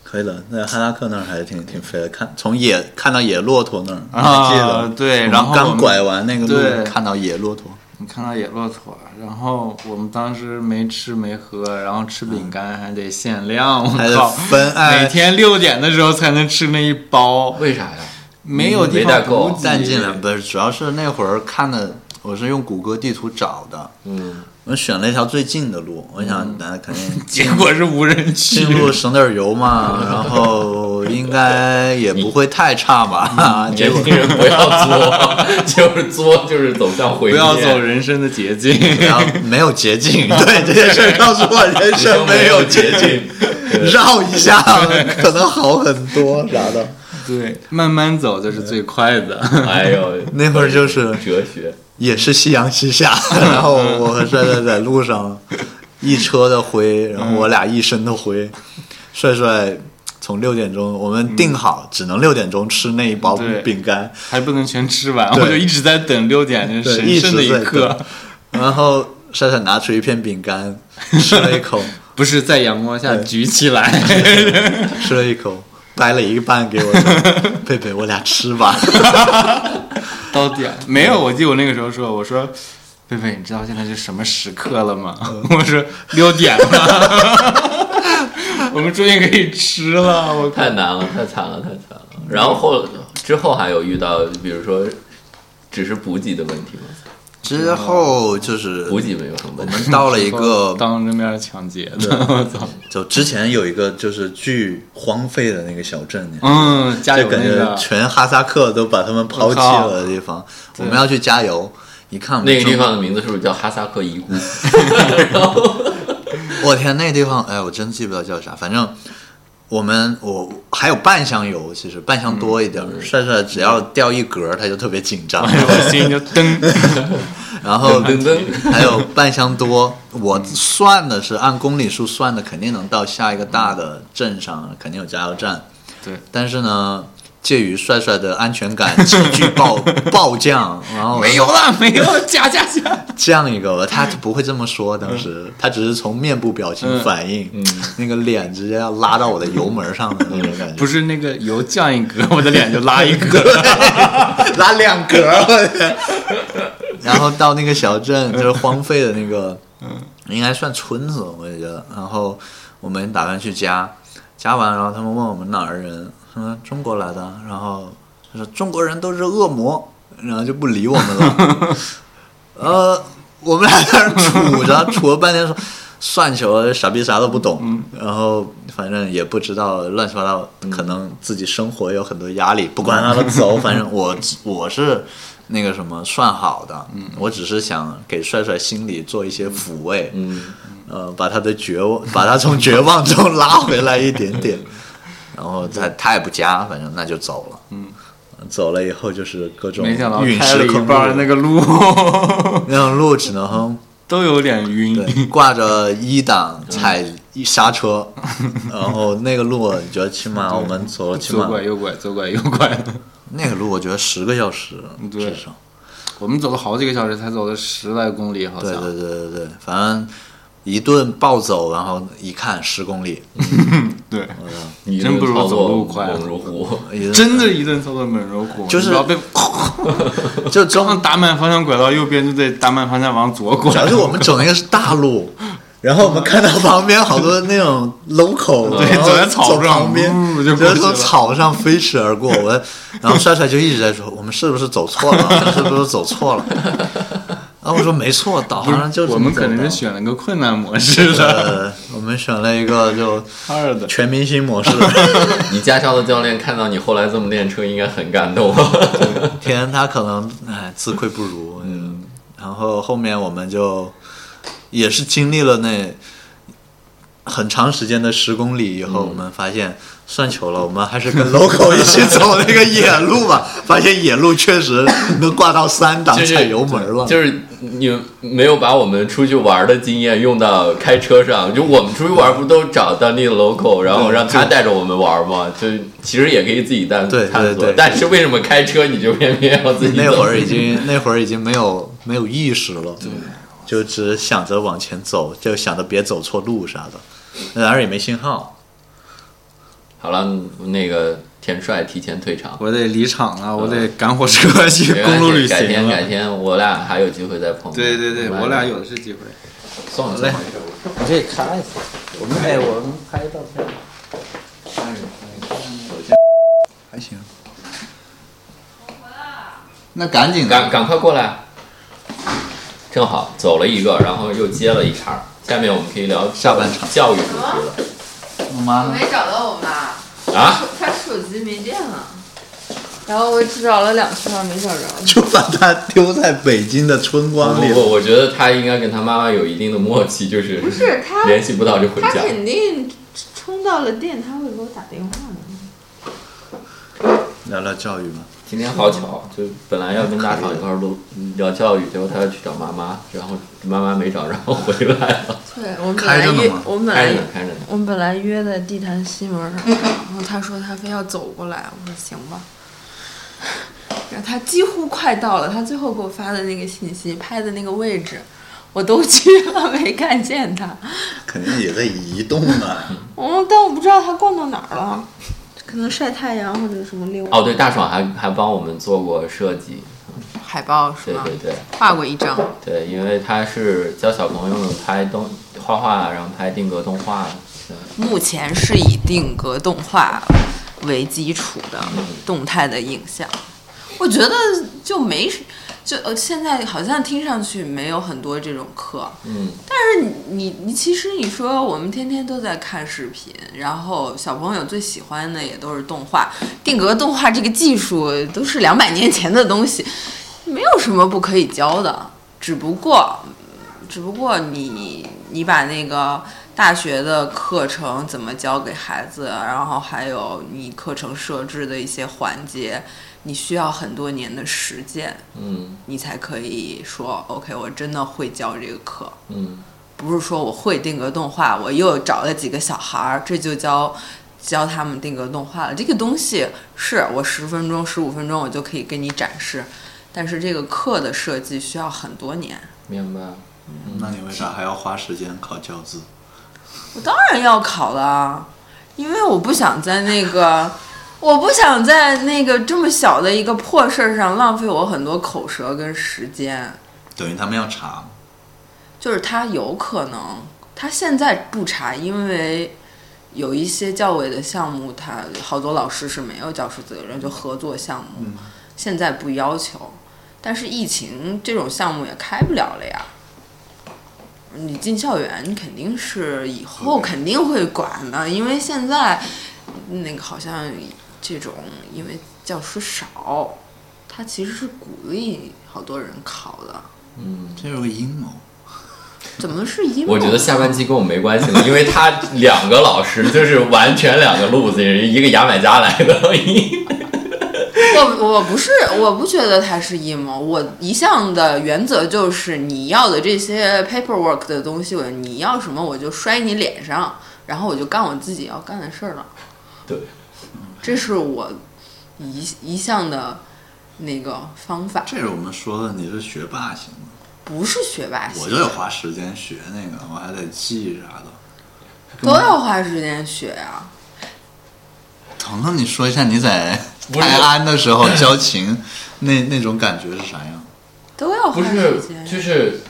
Speaker 6: 可以了。那哈拉克那儿还是挺挺飞的，看从野看到野骆驼那儿，
Speaker 8: 啊
Speaker 6: 你还记得吗
Speaker 8: 对
Speaker 6: 我们
Speaker 8: 然后我
Speaker 6: 刚
Speaker 8: 们
Speaker 6: 拐完那个
Speaker 8: 对
Speaker 6: 路，看到野骆驼，
Speaker 8: 你看到野骆驼，然后我们当时没吃没喝，然后吃饼干还得限量，
Speaker 6: 还
Speaker 8: 我
Speaker 6: 得
Speaker 8: 靠，
Speaker 6: 分哎爱
Speaker 8: 每天六点的时候才能吃那一包，
Speaker 7: 为啥呀？
Speaker 8: 没
Speaker 6: 嗯
Speaker 8: 有地
Speaker 7: 没带
Speaker 8: 方
Speaker 7: 够
Speaker 8: 补给
Speaker 6: 淡进来不是，主要是那会儿看的，我是用谷歌地图找的，
Speaker 7: 嗯，
Speaker 6: 我选了一条最近的路，我
Speaker 8: 嗯
Speaker 6: 想那 肯定
Speaker 8: 结果是无人区
Speaker 6: 近。路省点油嘛，然后应该也不会太差吧？
Speaker 8: 嗯
Speaker 6: 结
Speaker 7: 年
Speaker 6: 果
Speaker 7: 轻人不要作， 就是作就是走向毁灭。
Speaker 8: 不要走人生的捷径，
Speaker 6: 然后没有 捷径，对这件事儿告诉我人生没有捷径，绕 一下可能好很多啥的。
Speaker 8: 对，慢慢走就是最快的。
Speaker 7: 哎呦，
Speaker 6: 那会儿就是
Speaker 7: 哲学，
Speaker 6: 也是夕阳西下，
Speaker 8: 嗯
Speaker 6: 然后我和帅帅在路上一车的
Speaker 8: 嗯
Speaker 6: 灰，然后我俩一身的灰。帅帅从六点钟，我们定好只能六点钟吃那一包
Speaker 8: 对
Speaker 6: 饼干，
Speaker 8: 还不能全吃完，
Speaker 6: 对
Speaker 8: 我就一直在等六点这
Speaker 6: 对，
Speaker 8: 神圣的
Speaker 6: 直在
Speaker 8: 一刻，
Speaker 6: 等。然后闪闪拿出一片饼 干，吃了一口，
Speaker 8: 不是在阳光下
Speaker 6: 对
Speaker 8: 举起来，
Speaker 6: 吃了一口，掰了一个半给我 说：“贝贝，我俩吃吧。
Speaker 8: 到点儿没有。我记得我那个时候说，我说贝贝，你知道现在是什么时刻了吗？
Speaker 6: 嗯
Speaker 8: 我说六点了， 我们终于可以吃了。我
Speaker 7: 太难了，太惨了，太惨了。然后后之后还有遇到，比如说，只是补给的问题吗？”
Speaker 6: 之后
Speaker 8: 呃
Speaker 6: 就是
Speaker 7: 补给没有什么问
Speaker 6: 我
Speaker 7: 题。
Speaker 6: 们到了一个，
Speaker 8: 当着面抢劫的，我操！
Speaker 6: 就之前有一个就是巨荒废的那个小镇，你知道吗
Speaker 8: 嗯，加
Speaker 6: 就
Speaker 8: 油
Speaker 6: 感
Speaker 8: 那
Speaker 6: 觉
Speaker 8: 个，
Speaker 6: 全哈萨克都把他们抛弃
Speaker 8: 我靠
Speaker 6: 了的地方，我们要去加油。一看我们
Speaker 7: 那个地
Speaker 6: 中
Speaker 7: 方的名字是不是叫哈萨克遗 孤？
Speaker 6: 我天，那个地方，哎，我真记不得叫啥，反正我们我还有半箱油，其实半箱多一点儿，帅帅只要掉一格儿，他就特别紧张，
Speaker 8: 我心就 噔，
Speaker 6: 然后
Speaker 7: 噔噔
Speaker 6: 还有半箱多，我算的是按公里数算的，肯定能到下一个大的镇上，肯定有加油站，
Speaker 8: 对，
Speaker 6: 但是呢。介于帅帅的安全感急剧暴暴降，然后
Speaker 8: 没有了，没有了，加加加！
Speaker 6: 降一个吧，他不会这么说，当时
Speaker 8: 嗯
Speaker 6: 他只是从面部表情反应，那个脸直接要拉到我的油门上的那种感觉，
Speaker 8: 不是那个油降一格， 我的脸就拉一格。
Speaker 6: 拉两格儿，我天然后到那个小镇就是荒废的那个，应该算村子，我也觉得。然后我们打算去加，加完然后他们问我们哪儿人，说中国来的，然后他说中国人都是恶魔，然后就不理我们了。呃，我们俩在那儿杵着，杵了半天说。算球，傻逼啥都不懂，
Speaker 8: 嗯
Speaker 6: 然后反正也不知道乱七八糟，可能自己生活有很多压力，不管让他 走，反正我我是那个什么算好的，
Speaker 8: 嗯
Speaker 6: 我只是想给帅帅心里做一些抚慰，
Speaker 7: 嗯，
Speaker 6: 呃，把他的绝望，把他从绝望中拉回来一点点，
Speaker 8: 嗯
Speaker 6: 然后他他也不加，反正那就走了，嗯，走了以后就是各种
Speaker 8: 没想到
Speaker 6: 陨
Speaker 8: 开
Speaker 6: 石
Speaker 8: 了一
Speaker 6: 坑
Speaker 8: 半，
Speaker 6: 路
Speaker 8: 那个路
Speaker 6: 那种路只能
Speaker 8: 都有点晕。
Speaker 6: 对，挂着一档踩一
Speaker 8: 嗯
Speaker 6: 刹车，然后那个路我觉得起码我们走了起
Speaker 8: 左
Speaker 6: 码
Speaker 8: 拐右拐，左拐右拐。
Speaker 6: 那个路我觉得十个小时
Speaker 8: 对
Speaker 6: 至少，
Speaker 8: 我们走了好几个小时，才走了十来公里，好
Speaker 6: 对
Speaker 8: 像。
Speaker 6: 对对对对，反正一顿暴走，然后一看十公 里，
Speaker 8: 对
Speaker 7: 你
Speaker 8: 真不如走路快啊
Speaker 7: 猛如虎。
Speaker 6: 一顿
Speaker 8: 真的一顿操作猛如虎，
Speaker 6: 就是
Speaker 8: 你不要被
Speaker 6: 就中
Speaker 8: 刚打满方向拐到右边，就得打满方向往左拐。
Speaker 6: 主要是我们走那个是 大路，然后我们看到旁边好多那种 local，
Speaker 8: 对
Speaker 6: 然后
Speaker 8: 走在草
Speaker 6: 走
Speaker 8: 上
Speaker 6: 旁边
Speaker 8: 呜就
Speaker 6: 直
Speaker 8: 过
Speaker 6: 接
Speaker 8: 去
Speaker 6: 从
Speaker 8: 了
Speaker 6: 草上飞驰而 过。我，然后帅帅就一直在说，我们是不是走错了？我 们是不是走错了？然后我说没错，导
Speaker 8: 不是
Speaker 6: 航上就这么
Speaker 8: 我们
Speaker 6: 走
Speaker 8: 可能是
Speaker 6: 的
Speaker 8: 选了个困难模式的，
Speaker 6: 呃，我们选了一个就
Speaker 8: 二的。
Speaker 6: 全明星 模式。
Speaker 7: 你驾校的教练看到你后来这么练车，应该很感动。啊
Speaker 6: 天，他可能哎自愧不如。嗯，然后后面我们就也是经历了那很长时间的十公里以后，我们发现算球了，我们还 是跟 local 一起走那个野路吧。发现野路确实能挂到三档
Speaker 7: 就是
Speaker 6: 踩油门了。
Speaker 7: 就是你没有把我们出去玩的经验用到开车上，就我们出去玩不都找当地的 local，然后让他带着我们玩吗？就其实也可以自己探
Speaker 6: 对对
Speaker 7: 探索
Speaker 6: 对，
Speaker 7: 但是为什么开车你就偏偏要自己
Speaker 6: 那
Speaker 7: 走
Speaker 6: 会儿已经 那会儿已经没有没有意识了，对，就只想着往前走，就想着别走错路啥的，然而也没信号。
Speaker 7: 好了，那个田帅提前退场，
Speaker 8: 我得离场了，我得赶火车去
Speaker 7: 没
Speaker 8: 公
Speaker 7: 关
Speaker 8: 路旅
Speaker 7: 系，改
Speaker 8: 行
Speaker 7: 天
Speaker 8: 了
Speaker 7: 改。天我俩还有机会再碰面。
Speaker 8: 对对对，
Speaker 7: 们
Speaker 8: 我俩有的是机会。
Speaker 7: 送
Speaker 8: 好
Speaker 7: 了
Speaker 8: 嘞，
Speaker 2: 你这看一下，我们哎，我们拍照片。
Speaker 6: 还行。那赶紧
Speaker 7: 赶
Speaker 6: 的，
Speaker 7: 赶快过来，正好走了一个，然后又接了一茬儿。下面我们可以聊
Speaker 6: 下半场
Speaker 7: 教育主题
Speaker 6: 我妈呢
Speaker 5: 啊没找到我妈，
Speaker 7: 了啊！
Speaker 5: 她手机没电了。然后我只找了两圈没找着，
Speaker 6: 就把它丢在北京的春光
Speaker 7: 不
Speaker 6: 里了。
Speaker 7: 不，我觉得他应该跟他妈妈有一定的默契，就是不
Speaker 5: 是他
Speaker 7: 联系不到就回
Speaker 5: 她
Speaker 7: 家。
Speaker 5: 肯定充到了电，她会给我打电话的。
Speaker 6: 聊聊教育吧，
Speaker 7: 今天好巧，就本来要跟大厂一块儿录嗯聊教育，结果他要去找妈妈，然后妈妈没找着回来 了，
Speaker 5: 对，我们本
Speaker 6: 开
Speaker 5: 来
Speaker 6: 着呢
Speaker 5: 约
Speaker 6: 吗，
Speaker 5: 我们本
Speaker 7: 开
Speaker 5: 来
Speaker 7: 着呢开着呢。
Speaker 5: 我们本来约在地坛西门上，然后他说他非要走过来，我说行吧。然后他几乎快到了，他最后给我发的那个信息，拍的那个位置，我都去了，没看见他。
Speaker 6: 肯定也在移动啊。
Speaker 5: 嗯，但我不知道他逛到哪儿了，可能晒太阳或者什么溜。
Speaker 7: 哦，对，大爽还还帮我们做过设计，
Speaker 5: 海报是
Speaker 7: 对
Speaker 5: 吗？
Speaker 7: 对对。
Speaker 5: 画过一张，
Speaker 7: 对，因为他是教小朋友们拍动画画，然后拍定格动画。
Speaker 5: 目前是以定格动画为基础的动态的影像，我觉得就没什，就呃现在好像听上去没有很多这种课，
Speaker 7: 嗯，
Speaker 5: 但是你你其实你说我们天天都在看视频，然后小朋友最喜欢的也都是动画，定格动画这个技术都是两百年前的东西，没有什么不可以教的，只不过只不过你你把那个大学的课程怎么教给孩子，然后还有你课程设置的一些环节，你需要很多年的实践，
Speaker 7: 嗯
Speaker 5: 你才可以说 OK，我真的会教这个课。
Speaker 7: 嗯，
Speaker 5: 不是说我会定格动画，我又找了几个小孩儿，这就教教他们定格动画了。这个东西是我十分钟、十五分钟我就可以给你展示，但是这个课的设计需要很多年。
Speaker 7: 明白。
Speaker 6: 那你为啥还要花时间考教资？
Speaker 5: 我当然要考了，因为我不想在那个， 我不想在那个这么小的一个破事儿上浪费我很多口舌跟时间。
Speaker 6: 等于他们要查，
Speaker 5: 就是他有可能，他现在不查，因为有一些教委的项目，他好多老师是没有教师资格证，就合作项目，现在不要求。但是疫情这种项目也开不了了呀。你进校园，你肯定是以后肯定会管的，因为现在那个好像这种，因为教师少，他其实是鼓励好多人考的。
Speaker 7: 嗯，
Speaker 6: 这有个阴谋。
Speaker 5: 怎么是啊因 为
Speaker 7: 我觉得下半期跟我没关系了，因为他两个老师就是完全两个路子，一个牙买加来的， 一
Speaker 5: 我我不是，我不觉得它是阴谋。我一向的原则就是，你要的这些 paperwork 的东西，我你要什么我就摔你脸上，然后我就干我自己要干的事儿了。
Speaker 7: 对，
Speaker 5: 这是我一一向的那个方法，
Speaker 6: 这是我们说的，你是学霸型的，
Speaker 5: 不是学霸
Speaker 6: 我
Speaker 5: 型
Speaker 6: 就，得花时间学那个，我还得记啥的。
Speaker 5: 都要花时间学啊呀、
Speaker 6: 彤彤，你说一下你在
Speaker 7: 不是
Speaker 6: 泰安的时候交 情那那种感觉是啥样？
Speaker 5: 都要
Speaker 7: 不
Speaker 5: 花
Speaker 7: 是
Speaker 5: 时间。
Speaker 7: 就是。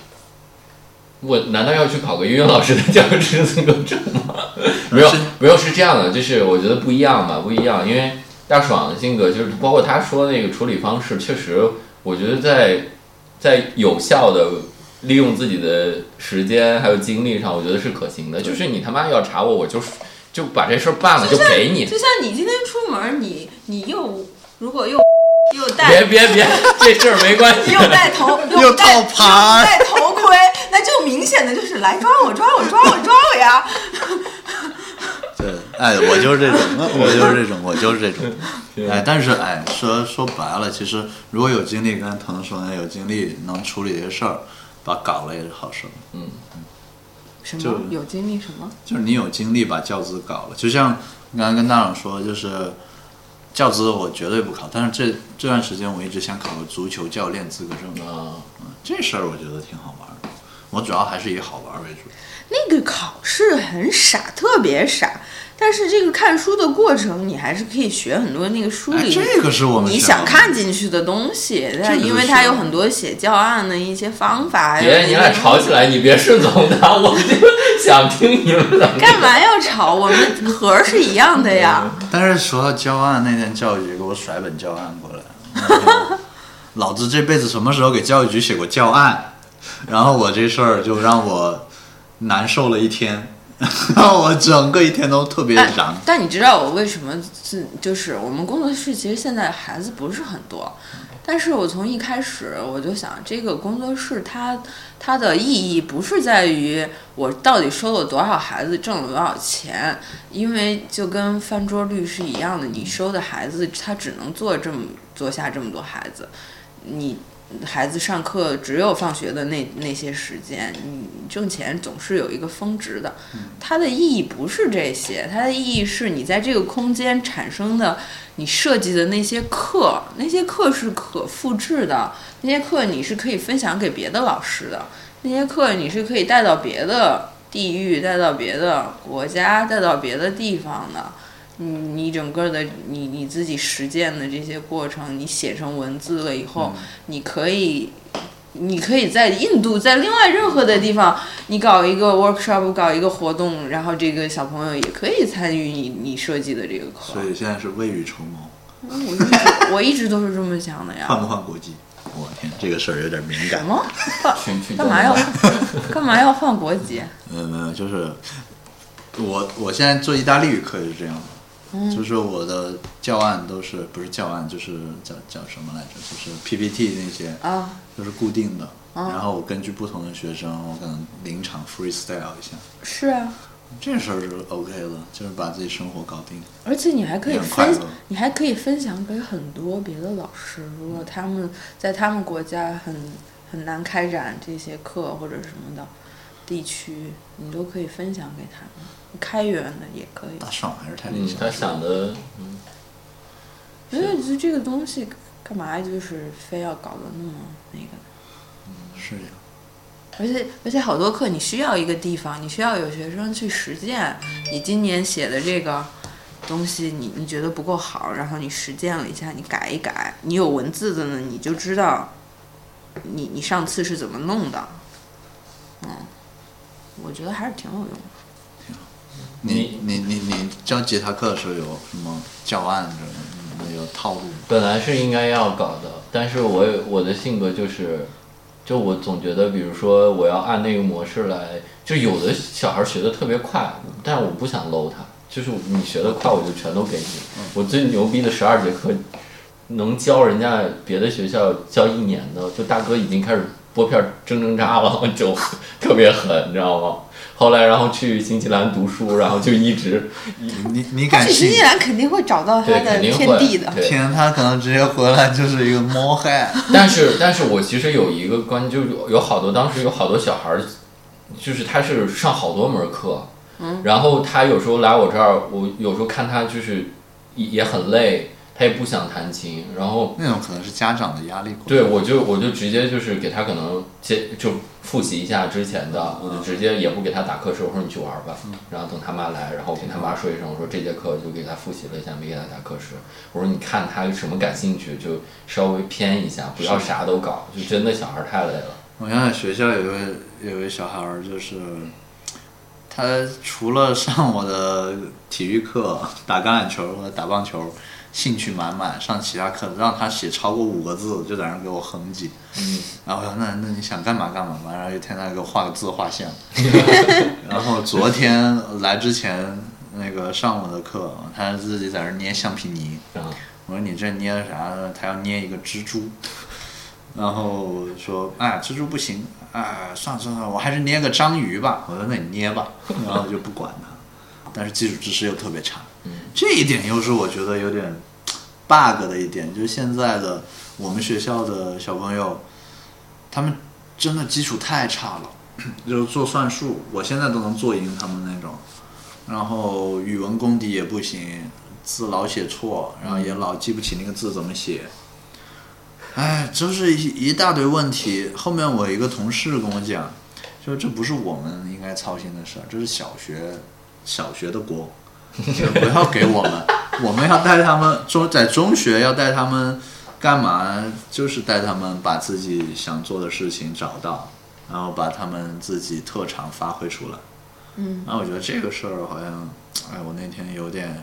Speaker 7: 我难道要去考个音乐老师的教师资格证吗？ 没有
Speaker 6: 是，
Speaker 7: 没有，是这样的，就是我觉得不一样吧，不一样，因为大爽的性格就是，包括他说那个处理方式，确实，我觉得在在有效的利用自己的时间还有精力上，我觉得是可行的。就是你他妈要查我，我就就把这事儿办了，就给你。
Speaker 5: 就像你今天出门，你你又如果又 又带
Speaker 7: 别别别，这事儿没关系。
Speaker 5: 又戴头，
Speaker 6: 又
Speaker 5: 戴
Speaker 6: 套牌
Speaker 5: 又戴头盔，那就明显的就是来抓我，抓我，抓我，抓 我呀！
Speaker 6: 对，哎，我就是 这种，我就是这种，我就是这 种。哎，但是哎，说说白了，其实如果有精力，跟腾说的有精力能处理这些事儿，把搞了也是好事儿。
Speaker 5: 什
Speaker 6: 就
Speaker 5: 么有经历什么？
Speaker 6: 就是你有精力把教资搞了，就像刚刚跟大勇说，就是教资我绝对不考，但是这这段时间我一直想考个足球教练资格证，
Speaker 7: 啊，
Speaker 6: 这事儿我觉得挺好玩的。我主要还是以好玩为主。
Speaker 5: 那个考试很傻，特别傻。但是这个看书的过程，你还是可以学很多那个书
Speaker 6: 哎
Speaker 5: 里、
Speaker 6: 这个是我们
Speaker 5: 你
Speaker 6: 学
Speaker 5: 想
Speaker 6: 的
Speaker 5: 看进去的东西，但
Speaker 6: 是
Speaker 5: 因为它
Speaker 6: 学
Speaker 5: 有
Speaker 6: 的
Speaker 5: 很多写教案的一些方法，还有
Speaker 7: 别，你俩
Speaker 5: 一些
Speaker 7: 吵起来，你别顺从他，我就想听你们怎么。
Speaker 5: 干嘛要吵？我们盒儿是一样的呀。
Speaker 6: 但是说到教案，那天教育局给我甩本教案过来，然后 老子这辈子什么时候给教育局写过教案？然后我这事儿就让我难受了一天， 然后我整个一天都特别
Speaker 5: 但
Speaker 6: 燃。
Speaker 5: 但你知道我为什么是就是我们工作室其实现在孩子不是很多，但是我从一开始我就想，这个工作室它它的意义不是在于我到底收了多少孩子，挣了多少钱，因为就跟翻桌率是一样的，你收的孩子他只能做这么做下这么多孩子，你。孩子上课只有放学的那那些时间，你挣钱总是有一个峰值的，它的意义不是这些，它的意义是你在这个空间产生的，你设计的那些课，那些课是可复制的，那些课你是可以分享给别的老师的，那些课你是可以带到别的地域、带到别的国家、带到别的地方的。你你整个的你你自己实践的这些过程，你写成文字了以后，
Speaker 6: 嗯
Speaker 5: 你可以你可以在印度，在另外任何的地方，你搞一个 workshop，搞一个活动，然后这个小朋友也可以参与你你设计的这个课
Speaker 6: 所。以现在是未雨绸缪，
Speaker 5: 嗯我一直 我一直都是这么想的
Speaker 6: 换不
Speaker 5: 呀。
Speaker 6: 换国籍？我天，这个事儿有点敏
Speaker 5: 什
Speaker 6: 感。
Speaker 5: 么？干嘛 要干嘛要换国籍？
Speaker 6: 嗯，没有，就是我我现在做意大利语课也是这样的，就是我的教案都是不是教案，就是叫叫什么来着？就是 PPT 那些
Speaker 5: 啊
Speaker 6: 都是固定的。然后我根据不同的学生，我可能临场 freestyle 一下，
Speaker 5: 是啊，
Speaker 6: 这事儿是 OK 的，就是把自己生活搞定。
Speaker 5: 而且你还可以
Speaker 6: 也很快
Speaker 5: 分
Speaker 6: 乐，
Speaker 5: 你还可以分享给很多别的老师，如果他们在他们国家很很难开展这些课或者什么的地区，你都可以分享给他们。开源的也可以，
Speaker 6: 大爽还是太理
Speaker 7: 嗯，
Speaker 6: 想了。
Speaker 7: 他想的，嗯
Speaker 5: 因为就这个东西干嘛就是非要搞得那么那个呢？
Speaker 6: 是这样，
Speaker 5: 而且而且好多课你需要一个地方，你需要有学生去实践。你今年写的这个东西你，你觉得不够好，然后你实践了一下，你改一改，你有文字的呢，你就知道你你上次是怎么弄的。嗯，我觉得还是挺有用的。
Speaker 6: 你你你你教吉他课的时候有什么教案之类的，有套路吗？
Speaker 7: 本来是应该要搞的，但是我有我的性格就是，就我总觉得，比如说我要按那个模式来，就有的小孩学的特别快，但我不想搂他，就是你学的快，我就全都给你。我最牛逼的十二节课，能教人家别的学校教一年的，就大哥已经开始拨片儿挣挣扎了， 就特别狠，你知道吗？后来然后去新西兰读书，然后就一直
Speaker 6: 你你敢
Speaker 5: 去新
Speaker 6: 信？
Speaker 5: 西兰肯定会找到
Speaker 7: 对
Speaker 5: 他的
Speaker 7: 肯定会
Speaker 5: 天地的。
Speaker 7: 对
Speaker 6: 天，他可能直接回来就是一个猫汉。
Speaker 7: 但是，但是我其实有一个关，就是有好多当时有好多小孩儿，就是他是上好多门课，嗯，然后他有时候来我这儿，我有时候看他就是也也很累，他也不想弹琴，然后
Speaker 6: 那种可能是家长的压力过
Speaker 7: 对我就我就直接就是给他可能接就复习一下之前的，我就直接也不给他打瞌睡，我说你去玩儿吧，然后等他妈来，然后我跟他妈说一声，我说这节课就给他复习了一下，没给他打瞌睡，我说你看他什么感兴趣就稍微偏一下，不要啥都搞，就真的小孩儿太累了。
Speaker 6: 我想想，学校有个有个小孩儿，就是他除了上我的体育课、打橄榄球和打棒球，兴趣满满，上其他课让他写超过五个字，就在那儿给我哼唧。嗯。然后我说那那你想干嘛干嘛吧，然后一天他给我画个自画像。然后昨天来之前那个上我的课，他自己在那儿捏橡皮泥。
Speaker 7: 啊，
Speaker 6: 我说你这捏的啥？他要捏一个蜘蛛，然后说啊蜘蛛不行啊，算了算了，我还是捏个章鱼吧。我说那你捏吧，然后就不管他，但是基础知识又特别差，这一点又是我觉得有点 bug 的一点，就是现在的我们学校的小朋友，他们真的基础太差了，就是做算术，我现在都能做赢他们那种。然后语文功底也不行，字老写错，然后也老记不起那个字怎么写。哎，就是一一大堆问题。后面我一个同事跟我讲，就是这不是我们应该操心的事儿，这是小学小学的锅。就不要给我们， 我们要带他们中在中学要带他们干嘛？就是带他们把自己想做的事情找到，然后把他们自己特长发挥出来。嗯，那我觉得这个事儿好像，哎，我那天有点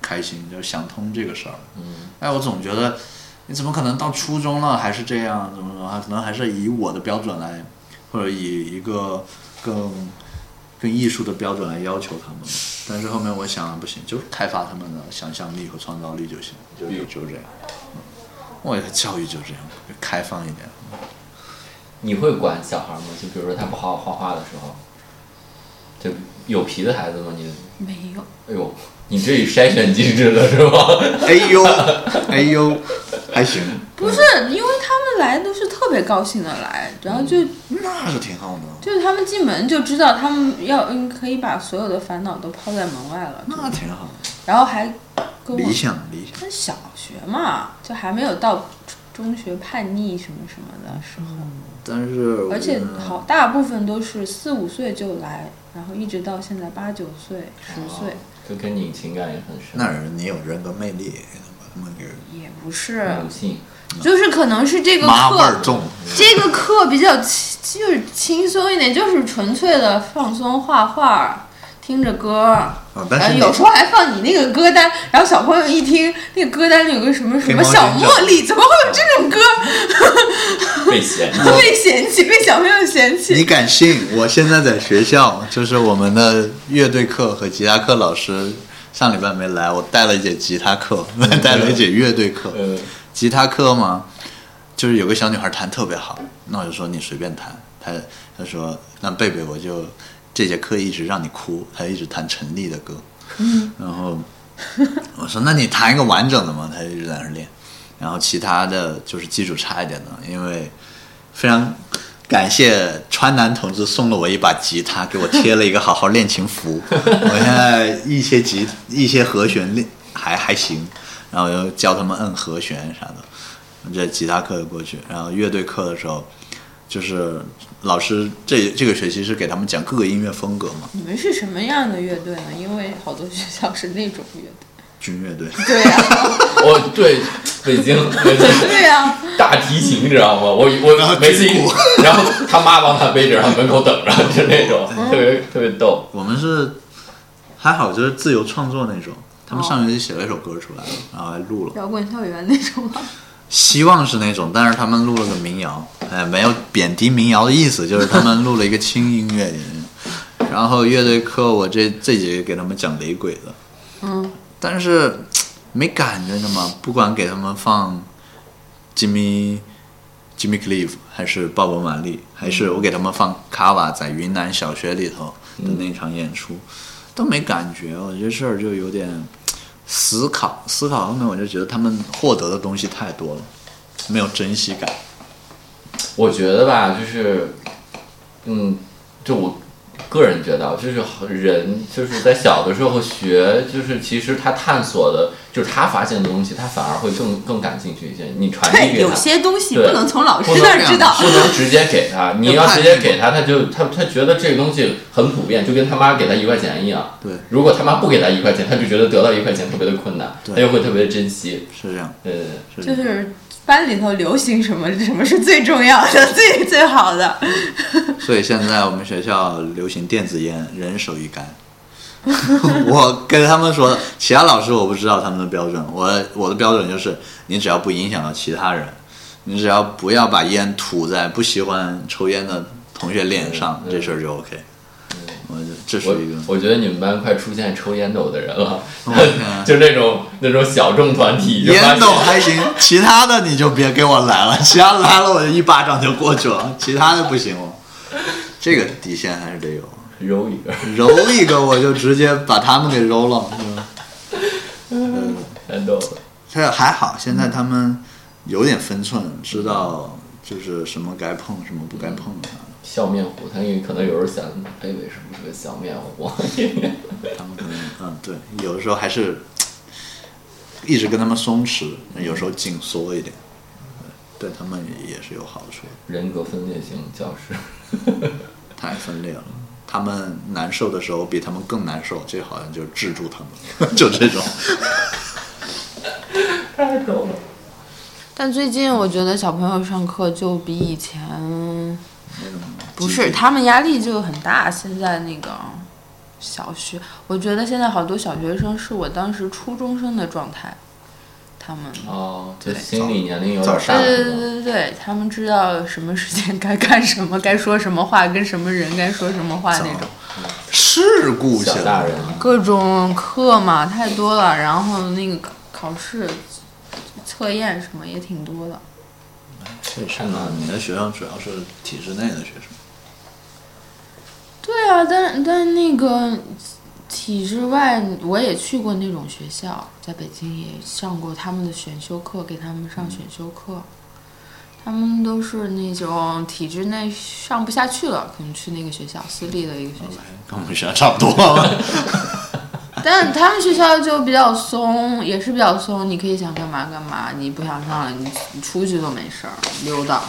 Speaker 6: 开心，就是想通这个事儿。嗯，哎，我总觉得你怎么可能到初中了还是这样？怎么怎么还可能还是以我的标准来，或者以一个更更艺术的标准来要求他们吧。但是后面我想不行，就是开发他们的想象力和创造力就行，就就这样。嗯，我觉得教育就这样，开放一点。
Speaker 7: 你会管小孩吗？就比如说他不好好画画的时候，就有皮的孩子吗？你
Speaker 4: 没有，
Speaker 7: 哎呦，你这有筛选机制了是吧？
Speaker 6: 哎呦，哎呦，还行，
Speaker 5: 不是，因为他们来都是特别高兴的来，然后就、
Speaker 6: 那是挺好的。
Speaker 5: 就是他们进门就知道他们要，嗯，可以把所有的烦恼都抛在门外了，
Speaker 6: 那挺好的，
Speaker 5: 然后还跟我
Speaker 6: 理想理想。
Speaker 5: 但小学嘛，就还没有到中学叛逆什么什么的时候，
Speaker 6: 但是我
Speaker 5: 而且
Speaker 6: 觉得
Speaker 5: 好大部分都是四五岁就来，然后一直到现在八九岁、十岁，
Speaker 7: 就跟你情感也很深，
Speaker 6: 那人你有人格魅力，把他们给
Speaker 5: 也不是，
Speaker 7: 母性。
Speaker 5: 就是可能是这个
Speaker 6: 妈嗯味儿
Speaker 5: 课，
Speaker 6: 重。
Speaker 5: 这个课比较轻，就是轻松一点，就是纯粹的放松画画。听着歌，
Speaker 6: 啊，但是
Speaker 5: 然后
Speaker 6: 你
Speaker 5: 有时候还放你那个歌单，然后小朋友一听那个歌单里有个什么什么小茉莉，怎么会有这种歌？
Speaker 7: 被嫌 弃。
Speaker 5: 被嫌弃，被小朋友嫌弃。
Speaker 6: 你敢信？我现在在学校，就是我们的乐队课和吉他课老师上礼拜没来，我带了一节吉他课，带了一节乐队课。
Speaker 7: 嗯
Speaker 6: 吉他课嘛，就是有个小女孩弹特别好，那我就说你随便弹，她她说那贝贝我就这节课一直让你哭，她一直弹陈粒的歌，嗯，然后 我说那你弹一个完整的嘛，她一直在那儿练，然后其他的就是基础差一点的，因为非常感谢川南同志送了我一把吉他，给我贴了一个好好练琴 符。我现在一些吉一些和弦练还还行，然后又教他们摁和弦啥的。这吉他课就过去，然后乐队课的时候，就是老师这这个学期是给他们讲各个音乐风格嘛，
Speaker 5: 你们是什么样的乐队呢？啊因为好多学校是那种乐队。
Speaker 6: 军乐队。
Speaker 5: 对呀、
Speaker 7: 我对北京北京
Speaker 5: 对呀、
Speaker 7: 大提琴，你知道吗？我
Speaker 6: 然后
Speaker 7: 我每次
Speaker 6: 巨
Speaker 7: 一
Speaker 6: 鼓，
Speaker 7: 然后他妈帮他背着，然后门口等着，就那种特别特别逗。
Speaker 6: 我们是还好，就是自由创作那种。他们上学期写了一首歌出来，然后还录了。
Speaker 5: 摇滚校园那种啊。
Speaker 6: 希望是那种，但是他们录了个民谣，哎，没有贬低民谣的意思，就是他们录了一个轻音乐。然后乐队课我这这节给他们讲雷鬼的，
Speaker 5: 嗯，
Speaker 6: 但是没感觉的嘛，不管给他们放 Jimmy Jimmy Cliff 还是鲍勃马利，还是
Speaker 5: 嗯
Speaker 6: 我给他们放卡瓦在云南小学里头的那场演出，都没感觉。我觉得这儿就有点思考，思考后面我就觉得他们获得的东西太多了，没有珍惜感。
Speaker 7: 我觉得吧，就是，嗯，就我个人觉得啊，就是人就是在小的时候学，就是其实他探索的，就是他发现的东西，他反而会更更感兴趣一些。你传递
Speaker 5: 对，
Speaker 7: 给他，
Speaker 5: 有些东西
Speaker 7: 对
Speaker 5: 不能从老师
Speaker 7: 不能
Speaker 5: 那儿知道。
Speaker 7: 不能直接给他，你要直接给他，他就他他觉得这个东西很普遍，就跟他妈给他一块钱一样。
Speaker 6: 对，
Speaker 7: 如果他妈不给他一块钱，他就觉得得到一块钱特别的困难，
Speaker 6: 对
Speaker 7: 他就会特别珍惜。呃
Speaker 6: 是这样，
Speaker 7: 对对对，
Speaker 6: 是这
Speaker 5: 就
Speaker 6: 样。
Speaker 5: 是班里头流行什么，什么是最重要的，最最好的。
Speaker 6: 所以现在我们学校流行电子烟，人手一杆。 我跟他们说，其他老师我不知道他们的标准，我我的标准就是，你只要不影响到其他人，你只要不要把烟吐在不喜欢抽烟的同学脸上，
Speaker 7: 嗯
Speaker 6: 这事儿就 OK。我就这
Speaker 7: 我
Speaker 6: 是一个，
Speaker 7: 我觉得你们班快出现抽烟斗的人 了，
Speaker 6: 嗯
Speaker 7: 就那种那种小众团体，就发
Speaker 6: 烟
Speaker 7: 现
Speaker 6: 斗 还行，其他的你就别给我来了， 其他来了我就一巴掌就过去了，其他的不行哦，这个底线还是得有。
Speaker 7: 揉一个。
Speaker 6: 揉一个，我就直接把他们给揉了。嗯，
Speaker 7: 烟斗，
Speaker 6: 这还好，现在他们有点分寸，知道就是什么该碰，什么不该碰了。
Speaker 7: 笑面虎，他也可能有时候想，哎北北是不是个笑面虎？啊
Speaker 6: 他们可能，嗯，对，有的时候还是一直跟他们松弛，有时候紧缩一点，对对他们也是有好处的。
Speaker 7: 人格分裂型教师，
Speaker 6: 太分裂了，他们难受的时候比他们更难受，这好像就制住他们， 就这种。
Speaker 5: 但最近我觉得小朋友上课就比以前，不是他们压力就很大。现在那个小学，我觉得现在好多小学生是我当时初中生的状态，他们。
Speaker 7: 哦，就
Speaker 5: 对
Speaker 7: 心理年龄有
Speaker 6: 早
Speaker 7: 点
Speaker 6: 上
Speaker 7: 大
Speaker 5: 对
Speaker 7: 是
Speaker 5: 对
Speaker 7: 吗，
Speaker 5: 对对对，他们知道什么时间该干什么，该说什么话，跟什么人该说什么话那种。
Speaker 6: 事故
Speaker 7: 小
Speaker 6: 型
Speaker 7: 大人啊
Speaker 5: 各种课嘛太多了，然后那个考试、测验什么也挺多的。
Speaker 6: 确实啊，你的学生主要是体制内的学生，
Speaker 5: 对啊，但但那个体制外，我也去过那种学校，在北京也上过他们的选修课，给他们上选修课。他们都是那种体制内上不下去了，可能去那个学校，私立的一个学校。
Speaker 6: 跟我们学校差不多。
Speaker 5: 但他们学校就比较松，也是比较松，你可以想干嘛干嘛，你不想上了，你你出去都没事儿，溜达。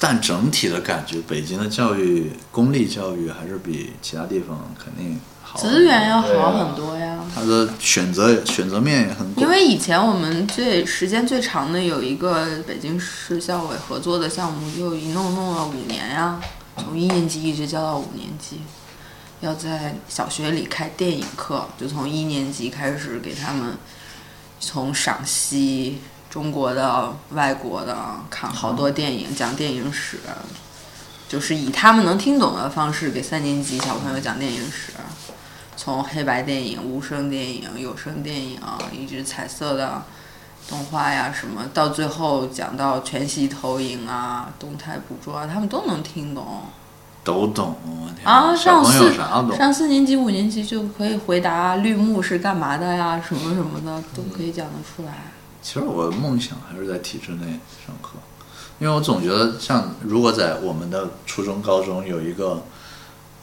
Speaker 6: 但整体的感觉，北京的教育，公立教育还是比其他地方肯定好。
Speaker 5: 资源要
Speaker 7: 对啊
Speaker 5: 好很多呀。
Speaker 6: 它的选择选择面也很广
Speaker 5: 因。为以前我们最时间最长的有一个北京市校委合作的项目，就一弄弄了五年呀、从一年级一直教到五年级，要在小学里开电影课，就从一年级开始给他们从赏析中国的、外国的看好多电影，讲电影史，就是以他们能听懂的方式给三年级小朋友讲电影史。从黑白电影、无声电影、有声电影，一直彩色的动画呀什么，到最后讲到全息投影啊、动态捕捉啊，他们都能听懂
Speaker 6: 都懂，我天
Speaker 5: 啊。
Speaker 6: 哎小
Speaker 5: 上
Speaker 6: 朋友
Speaker 5: 四
Speaker 6: 啥懂？
Speaker 5: 上四年级、五年级就可以回答绿幕是干嘛的呀，什么什么的都可以讲得出来。
Speaker 6: 其实我的梦想还是在体制内上课，因为我总觉得像如果在我们的初中、高中有一个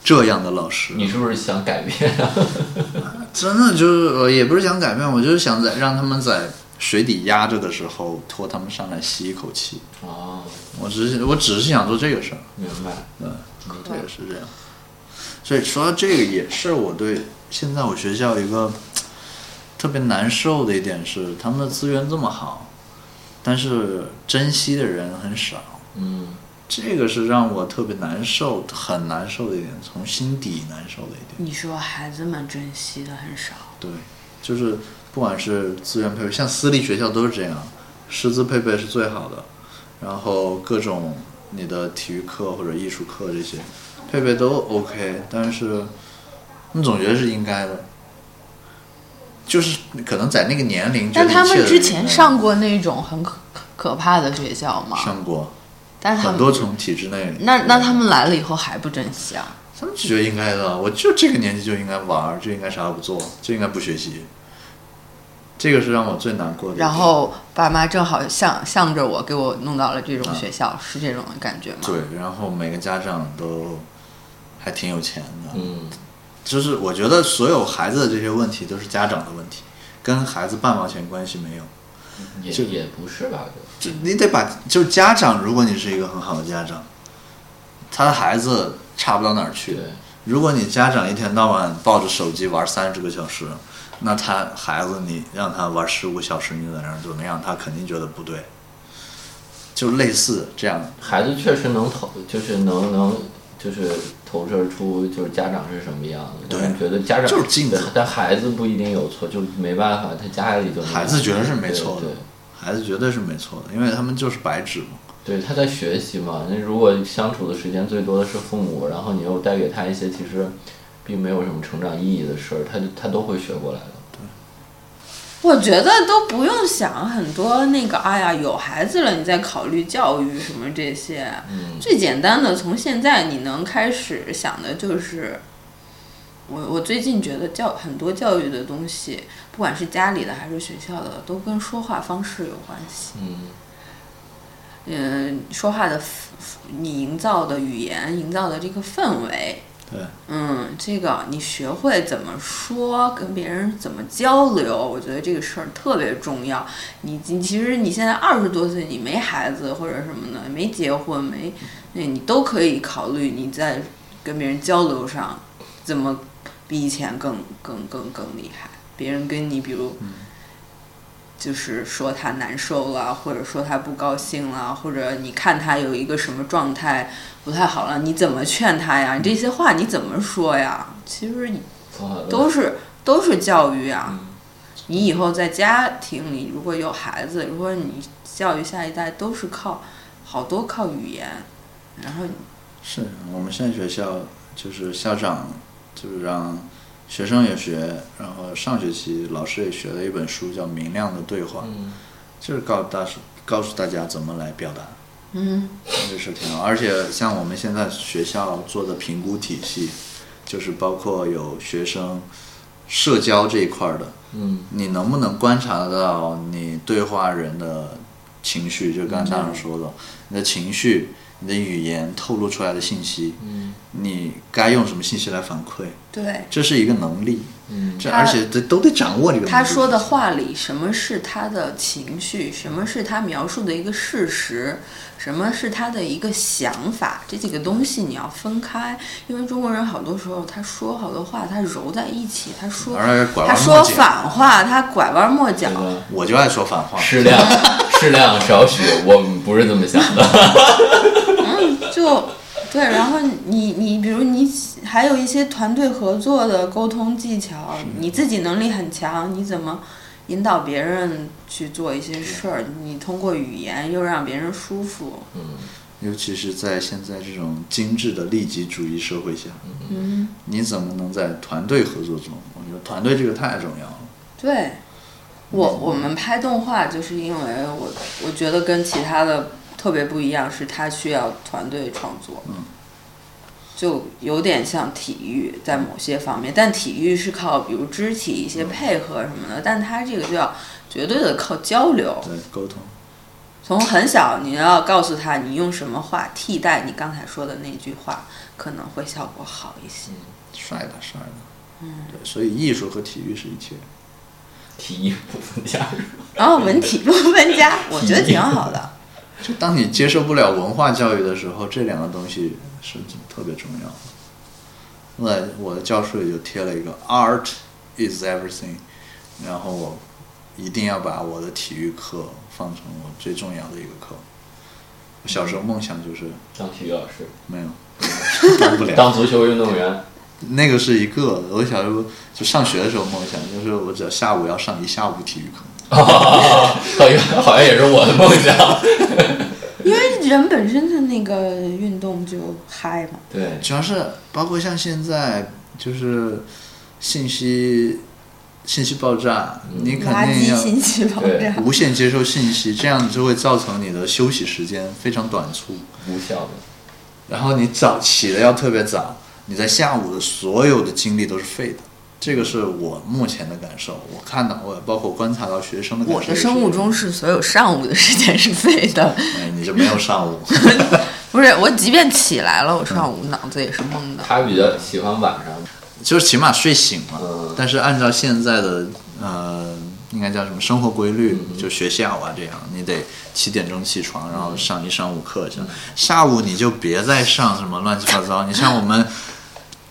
Speaker 6: 这样的老师，
Speaker 7: 你是不是想改变？
Speaker 6: 真的就是呃也不是想改变，我就是想在让他们在水底压着的时候拖他们上来吸一口气。
Speaker 7: 哦，
Speaker 6: 我只是我只是想做这个事儿，
Speaker 7: 明白。
Speaker 6: 对，是这样。所以说到这个也是我对现在我学校一个特别难受的一点是，他们的资源这么好，但是珍惜的人很少，
Speaker 7: 嗯，
Speaker 6: 这个是让我特别难受、很难受的一点，从心底难受的一点。
Speaker 5: 你说孩子们珍惜的很少，
Speaker 6: 对，就是不管是资源配备，像私立学校都是这样，师资配备是最好的，然后各种你的体育课或者艺术课这些配备都 OK，但是你总觉得是应该的，就是可能在那个年龄觉
Speaker 5: 但
Speaker 6: 得一切嗯
Speaker 5: 他
Speaker 6: 都是应该的，
Speaker 5: 们之前上过那种很可可怕的学校吗？
Speaker 6: 上过
Speaker 5: 但是他
Speaker 6: 很
Speaker 5: 们
Speaker 6: 多从体制内，
Speaker 5: 那那他们来了以后还不珍惜啊？
Speaker 6: 他们就觉得应该的，我就这个年纪就应该玩儿，就应该啥都不做，就应该不学习。这个是让我最难过的一点。
Speaker 5: 然后爸妈正好向向着我，给我弄到了这种学校，是这种感觉吗？
Speaker 6: 对，然后每个家长都还挺有钱的，
Speaker 7: 嗯，
Speaker 6: 就是我觉得所有孩子的这些问题都是家长的问题，跟孩子半毛钱关系没有。
Speaker 7: 也
Speaker 6: 就
Speaker 7: 也不是吧？
Speaker 6: 就你得把，就家长，如果你是一个很好的家长，他的孩子差不到哪儿去
Speaker 7: 对。
Speaker 6: 如果你家长一天到晚抱着手机玩三十个小时，那他孩子你让他玩十五小时，你在那儿怎么样，他肯定觉得不对。就类似这样，
Speaker 7: 孩子确实能投，就是能能就是投射出就是家长是什么样的。
Speaker 6: 对
Speaker 7: 但觉得家长
Speaker 6: 就是镜子
Speaker 7: 对但孩子不一定有错，就没办法，他家里就那样
Speaker 6: 孩子觉得是没错的
Speaker 7: 对对
Speaker 6: 孩子绝对是没错的，因为他们就是白纸嘛。
Speaker 7: 对，他在学习嘛。那如果相处的时间最多的是父母，然后你又带给他一些其实并没有什么成长意义的事儿，他就他都会学过来的。
Speaker 5: 我觉得都不用想很多那个，哎呀，有孩子了，你再考虑教育什么这些。
Speaker 7: 嗯
Speaker 5: 最简单的，从现在你能开始想的就是，我我最近觉得教很多教育的东西，不管是家里的还是学校的，都跟说话方式有关系。
Speaker 7: 嗯，
Speaker 5: 嗯，说话的你营造的语言，营造的这个氛围，
Speaker 6: 对，
Speaker 5: 嗯，这个你学会怎么说，跟别人怎么交流，我觉得这个事儿特别重要。你你其实你现在二十多岁，你没孩子或者什么的，没结婚，没那你都可以考虑你在。跟别人交流上，怎么比以前更更更更厉害？别人跟你比如，就是说他难受了，或者说他不高兴了，或者你看他有一个什么状态不太好了，你怎么劝他呀？你这些话你怎么说呀？其实
Speaker 7: 呃
Speaker 5: 都是都是教育啊。你以后在家庭里如果有孩子，如果你教育下一代都是靠好多靠语言，然后
Speaker 6: 是嗯我们现在学校就是校长就是让学生也学，然后上学期老师也学了一本书叫《明亮的对话》，就是告诉大告诉大家怎么来表达，
Speaker 5: 嗯，
Speaker 6: 这是挺好。而且像我们现在学校做的评估体系，就是包括有学生社交这一块儿的，
Speaker 7: 嗯，
Speaker 6: 你能不能观察得到你对话人的情绪？就刚才大人说
Speaker 5: 嗯
Speaker 6: 的，你的情绪、你的语言透露出来的信息，
Speaker 7: 嗯，
Speaker 6: 你该用什么信息来反馈？
Speaker 5: 对
Speaker 6: 这是一个能力，
Speaker 7: 嗯，
Speaker 6: 这
Speaker 5: 他
Speaker 6: 而且这都得掌握这个能力。
Speaker 5: 他说的话里，什么是他的情绪，什么是他描述的一个事实，什么是他的一个想法，这几个东西你要分开，因为中国人好多时候他说好多话，他揉在一起，他说
Speaker 6: 而且拐弯抹
Speaker 5: 他说
Speaker 6: 角
Speaker 5: 反话，他拐弯抹角，
Speaker 6: 我就爱说反话，
Speaker 7: 适量适量少许，我们不是这么想 的。
Speaker 5: 就对，然后你你比如你还有一些团队合作的沟通技巧，你自己能力很强，你怎么引导别人去做一些事儿？你通过语言又让别人舒服，
Speaker 6: 尤其是在现在这种精致的利己主义社会下，
Speaker 5: 嗯，
Speaker 6: 你怎么能在团队合作中？我觉得团队这个太重要了。
Speaker 5: 对。我我们拍动画就是因为我我觉得跟其他的特别不一样，是它需要团队创作，就有点像体育在某些方面，但体育是靠比如肢体一些配合什么的，但它这个就要绝对的靠交流。
Speaker 6: 对，沟通，
Speaker 5: 从很小你要告诉他你用什么话替代你刚才说的那句话，可能会效果好一些。
Speaker 6: 帅的帅的，嗯，对，所以艺术和体育是一体的。
Speaker 7: 体育部分加入，
Speaker 5: 然后文体不分家，我觉得挺好的。
Speaker 6: 就当你接受不了文化教育的时候，这两个东西是特别重要的。那我的教室里就贴了一个 “Art is everything”，然后我一定要把我的体育课放成我最重要的一个课。我小时候梦想就是
Speaker 7: 当体育老师，
Speaker 6: 没有，当不了。
Speaker 7: 当足球运动员，
Speaker 6: 那个是一个，我小时候就上学的时候梦想就是我只要下午要上一下午体育课。
Speaker 7: 好像好像也是我的梦想。
Speaker 5: 因为人本身的那个运动就嗨嘛，
Speaker 7: 对，
Speaker 6: 主要是包括像现在就是信息信息爆炸，你肯
Speaker 5: 嗯垃
Speaker 6: 定
Speaker 5: 圾信
Speaker 6: 要
Speaker 5: 息爆
Speaker 7: 对
Speaker 5: 炸。
Speaker 6: 无限接受信息，这样就会造成你的休息时间非常短促。
Speaker 7: 无效的。
Speaker 6: 然后你早起的要特别早，你在下午的所有的精力都是废的。这个是我目前的感受，我看到我包括观察到学生的感受
Speaker 5: 我
Speaker 6: 也是。
Speaker 5: 的生物钟是所有上午的时间是废的，
Speaker 6: 哎，你就没有上午。
Speaker 5: 不是我即便起来了，我上午脑子也是懵
Speaker 6: 啊
Speaker 5: 的。
Speaker 7: 他比较喜欢晚上，
Speaker 6: 就是起码睡醒了。
Speaker 7: 嗯
Speaker 6: 但是按照现在的呃，应该叫什么生活规律，就学校啊这样，你得七点钟起床，然后上一上午课去。下午你就别再上什么乱七八糟。你像我们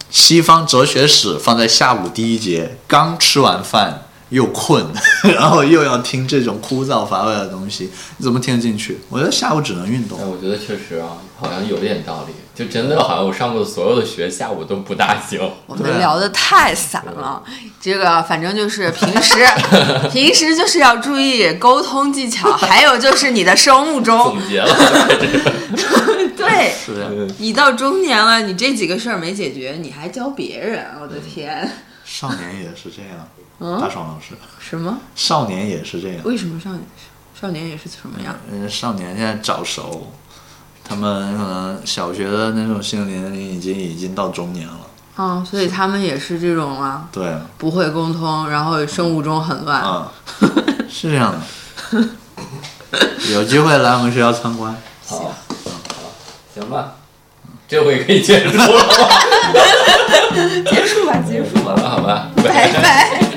Speaker 6: 西方哲学史放在下午第一节，刚吃完饭又困， 然后又要听这种枯燥乏味的东西，你怎么听得进去？我觉得下午只能运动
Speaker 7: 但。我觉得确实啊，好像有点道理。就真的好像我上过所有的学，下午都不大行。
Speaker 5: 我们聊的太散了，这个反 正就是平时，平时就是要注意沟通 技巧，还有就是你的生物钟
Speaker 7: 总。结 了，
Speaker 5: 对，
Speaker 6: 是这样，
Speaker 5: 你到中年了，你这几个事儿没解决，你还教别人，我的天！嗯
Speaker 6: 少年也是这样。大爽老师，
Speaker 5: 什么？
Speaker 6: 少年也是这样。
Speaker 5: 为什么少年少年也是什么样？
Speaker 6: 嗯，少年现在早熟，他们可能小学的那种心理年龄已经已经到中年了。
Speaker 5: 啊、所以他们也是这种啊，
Speaker 6: 对，啊、
Speaker 5: 不会沟通，然后生物钟很乱。
Speaker 6: 是这样的。有机会来我们学校参观，
Speaker 7: 好，好，行吧，这回可以结束了，
Speaker 5: 结束吧，结束吧，
Speaker 7: 好吧，
Speaker 5: 拜拜。